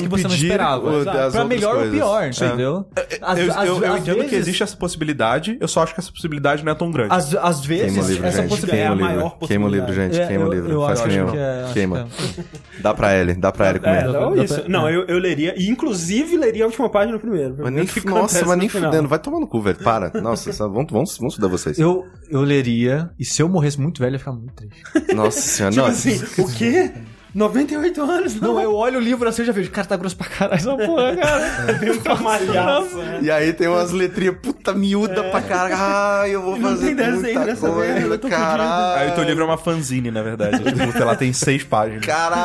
[SPEAKER 1] vão
[SPEAKER 3] que você não
[SPEAKER 1] impedir
[SPEAKER 3] esperava.
[SPEAKER 1] o-
[SPEAKER 3] Exato.
[SPEAKER 1] das
[SPEAKER 3] pra
[SPEAKER 1] outras
[SPEAKER 3] melhor ou
[SPEAKER 1] coisas.
[SPEAKER 3] pior, entendeu? Às-
[SPEAKER 4] eu eu-
[SPEAKER 3] às-
[SPEAKER 4] eu
[SPEAKER 3] às
[SPEAKER 4] entendo que
[SPEAKER 3] vezes-
[SPEAKER 4] existe essa possibilidade, eu só acho que essa possibilidade não é tão grande.
[SPEAKER 3] às, às às
[SPEAKER 1] Queima o
[SPEAKER 3] vezes,
[SPEAKER 1] livro,
[SPEAKER 3] essa
[SPEAKER 1] gente.
[SPEAKER 3] possibilidade.
[SPEAKER 1] Queima o
[SPEAKER 2] é a maior
[SPEAKER 1] livro. Queima o livro, gente.
[SPEAKER 2] possibilidade.
[SPEAKER 3] É,
[SPEAKER 1] Queima o
[SPEAKER 3] eu-
[SPEAKER 1] livro.
[SPEAKER 3] eu
[SPEAKER 1] Faz
[SPEAKER 3] acho
[SPEAKER 1] que nem eu.
[SPEAKER 3] que é- acho
[SPEAKER 1] Queima.
[SPEAKER 3] que
[SPEAKER 1] Dá pra ele, é. dá pra ele
[SPEAKER 2] É,
[SPEAKER 1] comer.
[SPEAKER 2] não,
[SPEAKER 3] dá
[SPEAKER 2] isso.
[SPEAKER 3] pra-
[SPEAKER 2] Não, eu, eu leria. E inclusive leria a última página primeiro. pra
[SPEAKER 1] Mas
[SPEAKER 2] ver
[SPEAKER 1] nem,
[SPEAKER 2] o que
[SPEAKER 1] fu- nossa,
[SPEAKER 2] acontece
[SPEAKER 1] mas
[SPEAKER 2] no
[SPEAKER 1] nem
[SPEAKER 2] final.
[SPEAKER 1] fudendo. Vai tomar no cu, velho. Para. Nossa, só- vamos, vamos, vamos estudar vocês.
[SPEAKER 3] Eu, eu leria, e se eu morresse muito velho, eu ia ficar muito triste.
[SPEAKER 1] Nossa senhora,
[SPEAKER 2] Tipo
[SPEAKER 1] não.
[SPEAKER 2] assim, o quê? 98 anos?
[SPEAKER 3] Não,
[SPEAKER 2] Não,
[SPEAKER 3] eu olho o livro assim e já vejo. Cara, tá grosso pra caralho essa porra, cara.
[SPEAKER 2] eu tô malhaço. né?
[SPEAKER 1] E aí tem umas letrinhas puta miúda pra caralho. Ah, eu vou
[SPEAKER 2] Não
[SPEAKER 1] fazer
[SPEAKER 2] tem desenho
[SPEAKER 1] muita
[SPEAKER 2] nessa merda,
[SPEAKER 1] coisa,
[SPEAKER 2] eu tô
[SPEAKER 1] caralho.
[SPEAKER 4] Aí o teu livro é uma fanzine, na verdade. tipo, sei lá, tem seis páginas.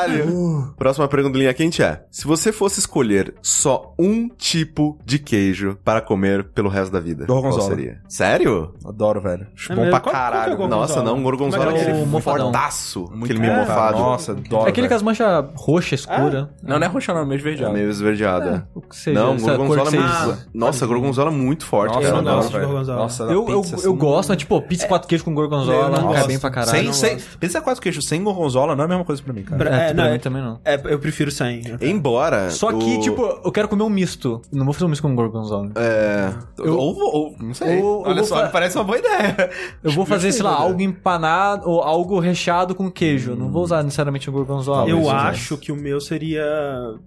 [SPEAKER 1] Caralho. Próxima pergunta linha quente é: Se você fosse escolher só um tipo de queijo para comer pelo resto da vida, qual
[SPEAKER 4] Gorgonzola.
[SPEAKER 1] seria? Sério?
[SPEAKER 4] Adoro, velho. Acho
[SPEAKER 2] É
[SPEAKER 4] bom
[SPEAKER 2] mesmo?
[SPEAKER 4] pra
[SPEAKER 2] Qual- qual que é o
[SPEAKER 4] caralho.
[SPEAKER 2] gorgonzola?
[SPEAKER 1] Nossa, não, gorgonzola
[SPEAKER 2] Como
[SPEAKER 1] é
[SPEAKER 2] é que é
[SPEAKER 1] aquele
[SPEAKER 3] o mofadão?
[SPEAKER 1] fortaço, aquele
[SPEAKER 4] bom.
[SPEAKER 1] meio mofado.
[SPEAKER 4] Nossa, adoro.
[SPEAKER 3] É aquele com
[SPEAKER 4] velho.
[SPEAKER 3] as manchas roxa, escura.
[SPEAKER 4] Não, não é roxo, não, é meio esverdeado.
[SPEAKER 1] meio
[SPEAKER 2] É.
[SPEAKER 1] esverdeada.
[SPEAKER 3] O que seja,
[SPEAKER 1] Não,
[SPEAKER 3] essa cor
[SPEAKER 1] gorgonzola
[SPEAKER 3] que
[SPEAKER 1] é
[SPEAKER 3] seja.
[SPEAKER 1] muito... Nossa, gorgonzola é muito forte,
[SPEAKER 2] eu
[SPEAKER 1] cara.
[SPEAKER 2] não gosto
[SPEAKER 1] Nossa.
[SPEAKER 2] de gorgonzola.
[SPEAKER 4] Nossa, da
[SPEAKER 3] Eu, eu,
[SPEAKER 4] pizza,
[SPEAKER 3] eu
[SPEAKER 4] assim,
[SPEAKER 3] gosto, mas tipo, pizza quatro queijos com
[SPEAKER 2] Eu
[SPEAKER 3] gorgonzola,
[SPEAKER 2] não
[SPEAKER 3] fica
[SPEAKER 2] gosto.
[SPEAKER 3] bem pra caralho.
[SPEAKER 4] Sem,
[SPEAKER 2] não
[SPEAKER 4] sem,
[SPEAKER 2] gosto.
[SPEAKER 4] pizza quatro queijos sem gorgonzola não é a mesma coisa pra mim, cara.
[SPEAKER 2] Pra-
[SPEAKER 3] É,
[SPEAKER 2] É,
[SPEAKER 3] pra
[SPEAKER 2] não,
[SPEAKER 3] mim
[SPEAKER 2] é-
[SPEAKER 3] também não.
[SPEAKER 2] É, eu prefiro sem.
[SPEAKER 1] Embora...
[SPEAKER 3] Só que,
[SPEAKER 1] o-
[SPEAKER 3] tipo, eu quero comer um misto. Não vou fazer um misto com gorgonzola.
[SPEAKER 1] É...
[SPEAKER 3] eu-
[SPEAKER 1] Ou, ou- não sei.
[SPEAKER 3] Ou-
[SPEAKER 4] Olha
[SPEAKER 3] eu vou
[SPEAKER 4] só,
[SPEAKER 3] fa-
[SPEAKER 4] me parece uma boa ideia.
[SPEAKER 3] Eu vou fazer,
[SPEAKER 4] Gostei
[SPEAKER 3] sei lá,
[SPEAKER 4] da ideia.
[SPEAKER 3] algo empanado ou algo recheado com queijo. Não vou usar necessariamente o gorgonzola.
[SPEAKER 2] Eu
[SPEAKER 3] Talvez,
[SPEAKER 2] acho que o meu seria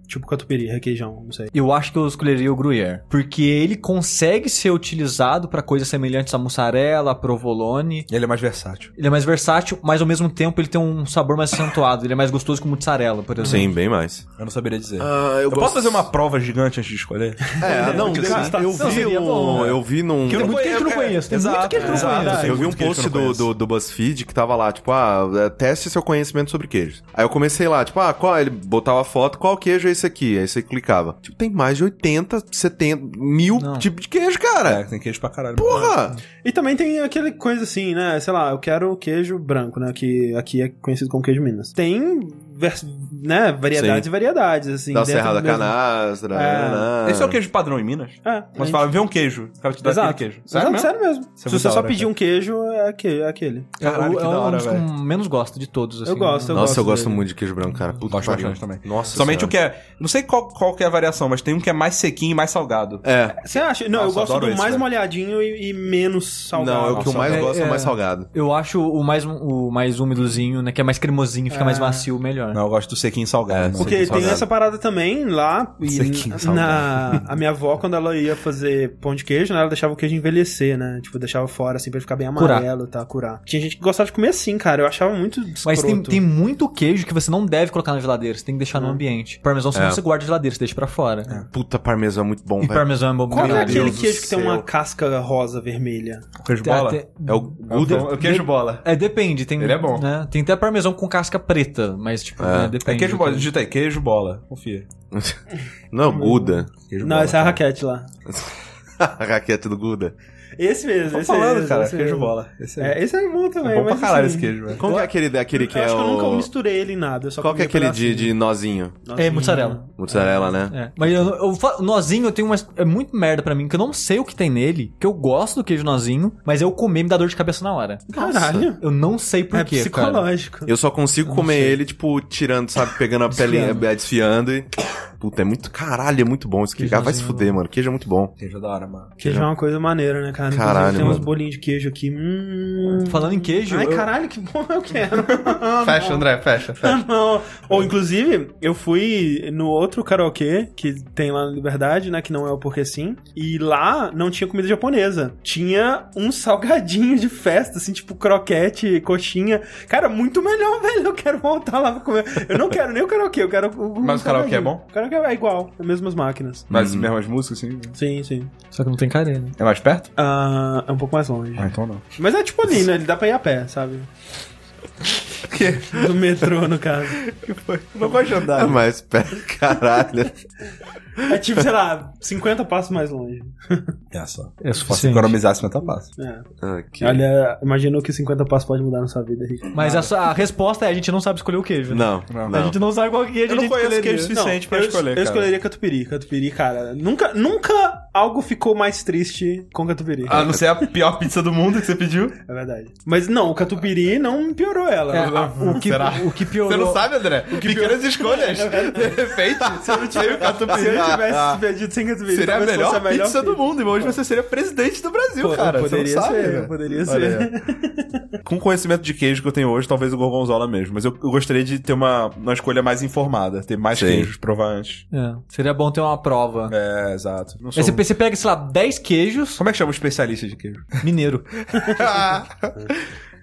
[SPEAKER 2] tipo catupiry, requeijão, não sei.
[SPEAKER 3] Eu acho que eu escolheria o Gruyère, porque ele consegue ser utilizado pra coisas semelhantes à mussarela, à provolone.
[SPEAKER 4] Ele é mais versátil.
[SPEAKER 3] Ele é mais versátil, mas ao mesmo tempo ele tem um sabor mais acentuado. Ele é mais gostoso que mussarela, por exemplo.
[SPEAKER 1] Sim, bem mais.
[SPEAKER 4] Eu não saberia dizer.
[SPEAKER 1] Ah,
[SPEAKER 4] eu posso fazer uma prova gigante antes de escolher?
[SPEAKER 1] É, não,
[SPEAKER 4] Porque
[SPEAKER 1] cara,
[SPEAKER 4] assim,
[SPEAKER 1] eu
[SPEAKER 3] não,
[SPEAKER 1] vi
[SPEAKER 3] seria
[SPEAKER 1] um,
[SPEAKER 3] bom.
[SPEAKER 1] eu vi num
[SPEAKER 4] Que eu não
[SPEAKER 3] muito queijo que eu não
[SPEAKER 4] cara.
[SPEAKER 3] conheço, tem muito
[SPEAKER 4] Exato,
[SPEAKER 3] queijo que eu não
[SPEAKER 4] exato.
[SPEAKER 2] assim. é
[SPEAKER 3] conheço.
[SPEAKER 1] eu vi um
[SPEAKER 4] muito queijo
[SPEAKER 1] post
[SPEAKER 4] que eu não
[SPEAKER 1] do, do, do BuzzFeed que tava lá, tipo, ah, é, teste seu conhecimento sobre queijos. Aí eu comecei lá, tipo, ah, qual? Ele botava a foto, qual queijo é esse aqui? Aí você clicava. Tipo, tem mais de 80, 70 mil
[SPEAKER 3] Não.
[SPEAKER 1] tipos de queijo,
[SPEAKER 4] É,
[SPEAKER 1] cara.
[SPEAKER 4] tem queijo pra caralho.
[SPEAKER 1] Porra!
[SPEAKER 2] E também tem aquele coisa assim, né? Sei lá, eu quero queijo branco, né? Que aqui é conhecido como queijo Minas. Tem, vers- né? Variedades
[SPEAKER 1] Sim.
[SPEAKER 2] e variedades, assim.
[SPEAKER 1] da
[SPEAKER 2] dentro
[SPEAKER 1] Serra da
[SPEAKER 2] do mesmo-
[SPEAKER 1] Canastra. né,
[SPEAKER 2] É.
[SPEAKER 1] nananã.
[SPEAKER 4] Esse é o queijo padrão em Minas?
[SPEAKER 2] É,
[SPEAKER 4] Mas
[SPEAKER 2] gente-
[SPEAKER 4] fala, vê um queijo. O cara te dá
[SPEAKER 2] Exato.
[SPEAKER 4] aquele queijo.
[SPEAKER 2] Sério, mesmo?
[SPEAKER 4] mesmo?
[SPEAKER 2] sério mesmo.
[SPEAKER 4] Isso é
[SPEAKER 2] Se
[SPEAKER 4] muito
[SPEAKER 2] você
[SPEAKER 4] da
[SPEAKER 2] só
[SPEAKER 4] hora,
[SPEAKER 2] pedir
[SPEAKER 4] cara.
[SPEAKER 2] um queijo, é aquele. É aquele.
[SPEAKER 4] Caralho,
[SPEAKER 3] eu,
[SPEAKER 4] que
[SPEAKER 3] é
[SPEAKER 4] da hora,
[SPEAKER 3] um dos que eu
[SPEAKER 4] velho.
[SPEAKER 3] menos gosto de todos, assim.
[SPEAKER 2] Eu gosto, eu
[SPEAKER 1] Nossa, eu gosto
[SPEAKER 2] dele.
[SPEAKER 1] muito de queijo branco, cara. Puta
[SPEAKER 4] Gosto
[SPEAKER 1] que pariu.
[SPEAKER 4] bastante também.
[SPEAKER 1] Nossa
[SPEAKER 4] Somente
[SPEAKER 1] senhora.
[SPEAKER 4] o que é. Não sei qual, qual que é a variação, mas tem um que é mais sequinho e mais salgado.
[SPEAKER 1] É.
[SPEAKER 2] Você acha? Não,
[SPEAKER 4] Nossa,
[SPEAKER 2] eu gosto
[SPEAKER 4] adoro
[SPEAKER 2] do
[SPEAKER 4] esse,
[SPEAKER 2] mais
[SPEAKER 4] velho.
[SPEAKER 2] molhadinho e, e menos salgado.
[SPEAKER 1] Não, é o que eu
[SPEAKER 4] Nossa,
[SPEAKER 1] mais
[SPEAKER 3] é-
[SPEAKER 1] gosto é o mais
[SPEAKER 3] é.
[SPEAKER 1] salgado.
[SPEAKER 3] Eu acho o mais, o mais úmidozinho, né? Que é mais cremosinho, fica
[SPEAKER 2] É.
[SPEAKER 3] mais macio, melhor.
[SPEAKER 4] Não, eu gosto do sequinho e salgado. não.
[SPEAKER 2] Porque
[SPEAKER 1] Sequinho
[SPEAKER 2] tem
[SPEAKER 1] salgado.
[SPEAKER 2] essa parada também lá. E
[SPEAKER 4] Sequinho salgado.
[SPEAKER 2] na, a minha avó, quando ela ia fazer pão de queijo, né, ela deixava o queijo envelhecer, né? Tipo, deixava fora, assim, pra ele ficar bem
[SPEAKER 3] Curar.
[SPEAKER 2] amarelo, tá? Curar. Tinha gente que gostava de comer assim, cara. Eu achava muito
[SPEAKER 3] Mas tem,
[SPEAKER 2] escroto.
[SPEAKER 3] tem muito queijo que você não deve colocar na geladeira, você tem que deixar no ambiente. Parmesão, se
[SPEAKER 1] É.
[SPEAKER 3] não você guarda na geladeira, você deixa pra fora.
[SPEAKER 1] Puta, parmesão é muito bom,
[SPEAKER 3] E
[SPEAKER 1] velho.
[SPEAKER 3] parmesão é bom
[SPEAKER 2] Qual
[SPEAKER 1] Meu
[SPEAKER 2] é
[SPEAKER 3] caralho.
[SPEAKER 2] aquele
[SPEAKER 1] Deus do
[SPEAKER 2] queijo que tem
[SPEAKER 1] céu.
[SPEAKER 2] uma casca rosa vermelha?
[SPEAKER 4] Queijo
[SPEAKER 3] Tem
[SPEAKER 4] bola?
[SPEAKER 3] até-
[SPEAKER 1] É o
[SPEAKER 4] É o,
[SPEAKER 1] Gouda.
[SPEAKER 4] é o queijo bola.
[SPEAKER 3] É, depende. Tem,
[SPEAKER 4] Ele é bom.
[SPEAKER 3] né? Tem até parmesão com casca preta, mas, tipo, né,
[SPEAKER 4] É
[SPEAKER 3] depende.
[SPEAKER 4] queijo bola, digita aí, queijo bola. Confia.
[SPEAKER 1] Não é o Guda.
[SPEAKER 4] Queijo
[SPEAKER 2] Não,
[SPEAKER 4] bola, tá.
[SPEAKER 2] essa é a
[SPEAKER 4] cara.
[SPEAKER 2] raquete lá.
[SPEAKER 1] A raquete do Guda.
[SPEAKER 2] Esse mesmo,
[SPEAKER 4] Tô
[SPEAKER 2] esse
[SPEAKER 4] falando,
[SPEAKER 2] mesmo,
[SPEAKER 4] cara,
[SPEAKER 2] esse
[SPEAKER 4] queijo
[SPEAKER 2] mesmo.
[SPEAKER 4] bola. Esse é,
[SPEAKER 2] É, esse é bom também.
[SPEAKER 4] é bom pra
[SPEAKER 2] mas,
[SPEAKER 4] caralho
[SPEAKER 2] assim,
[SPEAKER 4] esse queijo, velho.
[SPEAKER 1] Como que é aquele daquele que
[SPEAKER 2] eu
[SPEAKER 1] é
[SPEAKER 2] acho que eu nunca
[SPEAKER 1] o...
[SPEAKER 2] misturei ele em nada. eu só
[SPEAKER 1] Qual que é
[SPEAKER 2] comia
[SPEAKER 1] aquele de, de
[SPEAKER 2] pedacinho.
[SPEAKER 1] nozinho?
[SPEAKER 3] É, mussarela.
[SPEAKER 1] Mozzarella, né?
[SPEAKER 3] É. Mas eu, eu, fa- o nozinho eu tenho uma. É muito merda pra mim, que eu não sei o que tem nele, que eu gosto do queijo nozinho, mas eu comer me dá dor de cabeça na hora.
[SPEAKER 2] Caralho.
[SPEAKER 3] Eu não sei por
[SPEAKER 2] É
[SPEAKER 3] quê, cara.
[SPEAKER 2] psicológico.
[SPEAKER 1] Eu só consigo comer ele, tipo, tirando, sabe? Pegando a pele,
[SPEAKER 3] Desfiando.
[SPEAKER 1] é, desfiando e... Puta, é muito... Caralho, é muito bom esse queijo. Ah, vai se
[SPEAKER 3] Queijozinho,
[SPEAKER 1] fuder, mano. Queijo é muito bom.
[SPEAKER 4] Queijo da hora, mano.
[SPEAKER 2] Queijo é uma coisa maneira, né, cara? Inclusive,
[SPEAKER 1] Caralho,
[SPEAKER 2] Tem uns
[SPEAKER 1] mano.
[SPEAKER 2] bolinhos de queijo aqui. Hum.
[SPEAKER 3] Falando em queijo.
[SPEAKER 2] Ai,
[SPEAKER 3] eu-
[SPEAKER 2] caralho, que bom eu quero.
[SPEAKER 4] Fecha, André, fecha,
[SPEAKER 2] Ah,
[SPEAKER 4] fecha.
[SPEAKER 2] não. Ou, inclusive, eu fui no outro karaokê que tem lá na Liberdade, né? Que não é o Porque Sim. E lá não tinha comida japonesa. Tinha um salgadinho de festa, assim, tipo croquete, coxinha. Cara, muito melhor, velho. Eu quero voltar lá pra comer. Eu não quero nem o karaokê, eu quero o.
[SPEAKER 4] Mas o karaokê é
[SPEAKER 2] salgadinho.
[SPEAKER 4] bom?
[SPEAKER 2] O karaokê é igual, as mesmas máquinas.
[SPEAKER 4] Mas as mesmas músicas, assim.
[SPEAKER 2] Sim, sim.
[SPEAKER 3] Só que não tem carê, né?
[SPEAKER 4] É mais perto?
[SPEAKER 2] Ah, é um pouco mais longe.
[SPEAKER 4] Ah, então não.
[SPEAKER 2] Mas é tipo ali, né? Ele dá pra ir a pé, sabe? Do metrô, no caso.
[SPEAKER 4] Não gosto de andar.
[SPEAKER 1] É mais perto, caralho.
[SPEAKER 2] É tipo, sei lá, 50 passos mais longe.
[SPEAKER 4] É só.
[SPEAKER 3] É
[SPEAKER 4] Se fosse
[SPEAKER 3] suficiente.
[SPEAKER 4] economizar 50 passos.
[SPEAKER 2] É.
[SPEAKER 1] Ok.
[SPEAKER 2] Olha, imagina o que 50 passos pode mudar na sua vida, Rick.
[SPEAKER 3] Mas a, sua- a resposta é: a gente não sabe escolher o queijo. né?
[SPEAKER 1] Não,
[SPEAKER 4] Não.
[SPEAKER 1] não.
[SPEAKER 3] A gente não sabe qual queijo a gente escolheria.
[SPEAKER 2] Não, eu, Eu escolheria catupiry. Catupiry, cara, nunca, nunca algo ficou mais triste com catupiry.
[SPEAKER 4] A Ah, não ser a pior pizza do mundo que você pediu.
[SPEAKER 2] É verdade. Mas não, o catupiry não piorou ela.
[SPEAKER 3] É, a- o, que,
[SPEAKER 4] Será?
[SPEAKER 3] o que piorou.
[SPEAKER 4] Você não sabe, André? Pequenas escolhas. De repente, você não tinha o catupiry. Ah, tá.
[SPEAKER 2] tivesse vendido sem gasolina,
[SPEAKER 4] Seria a
[SPEAKER 2] talvez
[SPEAKER 4] melhor,
[SPEAKER 2] fosse
[SPEAKER 4] pizza do mundo. E hoje você seria presidente do Brasil,
[SPEAKER 2] Pô,
[SPEAKER 4] cara.
[SPEAKER 2] Poderia
[SPEAKER 4] você não sabe,
[SPEAKER 2] ser,
[SPEAKER 4] velho.
[SPEAKER 2] poderia
[SPEAKER 4] Olha
[SPEAKER 2] ser.
[SPEAKER 4] aí, ó. Com o conhecimento de queijo que eu tenho hoje, talvez o gorgonzola mesmo. Mas eu, eu gostaria de ter uma, uma escolha mais informada, ter mais
[SPEAKER 1] Sim.
[SPEAKER 4] queijos, provar antes.
[SPEAKER 3] É, seria bom ter uma prova.
[SPEAKER 4] É, exato. Não
[SPEAKER 3] Aí
[SPEAKER 4] sou
[SPEAKER 3] você,
[SPEAKER 4] um-
[SPEAKER 3] pe- você pega, sei lá, 10 queijos
[SPEAKER 4] Como é que chama o especialista de queijo? Tá.
[SPEAKER 3] mineiro.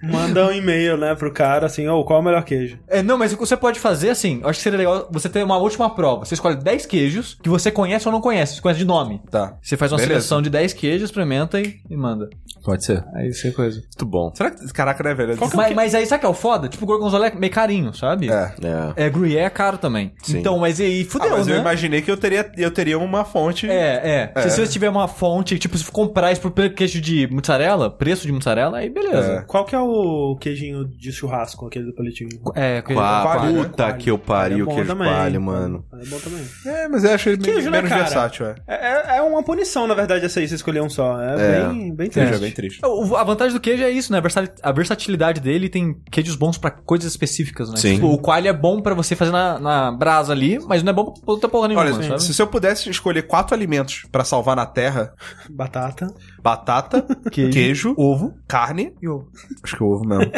[SPEAKER 2] Manda um e-mail, né, pro cara, assim, ô, qual é o melhor queijo?
[SPEAKER 3] É, não, mas o que você pode fazer, assim, eu acho que seria legal você ter uma última prova. Você escolhe 10 queijos que você conhece ou não conhece, você conhece de nome.
[SPEAKER 4] tá,
[SPEAKER 3] Você faz uma
[SPEAKER 4] Beleza.
[SPEAKER 3] seleção de 10 queijos, experimenta e, e manda.
[SPEAKER 4] pode ser.
[SPEAKER 3] Aí isso é coisa.
[SPEAKER 1] Muito bom.
[SPEAKER 4] Será que. Caraca, né, velho?
[SPEAKER 3] Mas, mas aí sabe o que é o foda? Tipo, o gorgonzola é meio carinho, sabe?
[SPEAKER 4] É.
[SPEAKER 1] É.
[SPEAKER 3] É, gruyère é caro também.
[SPEAKER 1] Sim.
[SPEAKER 3] Então, mas e aí,
[SPEAKER 4] Ah,
[SPEAKER 3] fudeu,
[SPEAKER 4] mas eu
[SPEAKER 3] né?
[SPEAKER 4] imaginei que eu teria, eu teria uma fonte.
[SPEAKER 3] É, é,
[SPEAKER 4] É.
[SPEAKER 3] Se você tiver uma fonte, tipo, se comprar isso por queijo de mussarela, preço de mussarela, aí beleza.
[SPEAKER 2] Qual que é o queijinho de churrasco, aquele do palitinho? é
[SPEAKER 3] É, queijo-
[SPEAKER 1] Quá,
[SPEAKER 4] Coalho, né?
[SPEAKER 1] puta que eu pariu,
[SPEAKER 2] bom
[SPEAKER 1] queijo
[SPEAKER 2] também.
[SPEAKER 1] coalho, mano.
[SPEAKER 2] É bom também.
[SPEAKER 4] É, mas eu achei
[SPEAKER 2] Queijo,
[SPEAKER 4] meio,
[SPEAKER 2] né,
[SPEAKER 4] menos
[SPEAKER 2] cara?
[SPEAKER 4] versátil, é.
[SPEAKER 2] É, é- é uma punição, na verdade, essa aí, você escolher um só. É,
[SPEAKER 1] É.
[SPEAKER 2] bem, bem
[SPEAKER 4] Queijo é
[SPEAKER 2] triste.
[SPEAKER 4] bem triste.
[SPEAKER 3] O- A vantagem do queijo é isso, né? A versali- A versatilidade dele tem queijos bons pra coisas específicas, né?
[SPEAKER 1] Sim.
[SPEAKER 3] Tipo, o coalho é bom pra você fazer na, na brasa ali, mas não é bom pra outra porra nenhuma,
[SPEAKER 4] Olha,
[SPEAKER 3] sabe?
[SPEAKER 4] se eu pudesse escolher quatro alimentos pra salvar na Terra,
[SPEAKER 2] Batata.
[SPEAKER 4] batata, queijo, ovo, carne,
[SPEAKER 3] E ovo.
[SPEAKER 4] acho que ovo mesmo.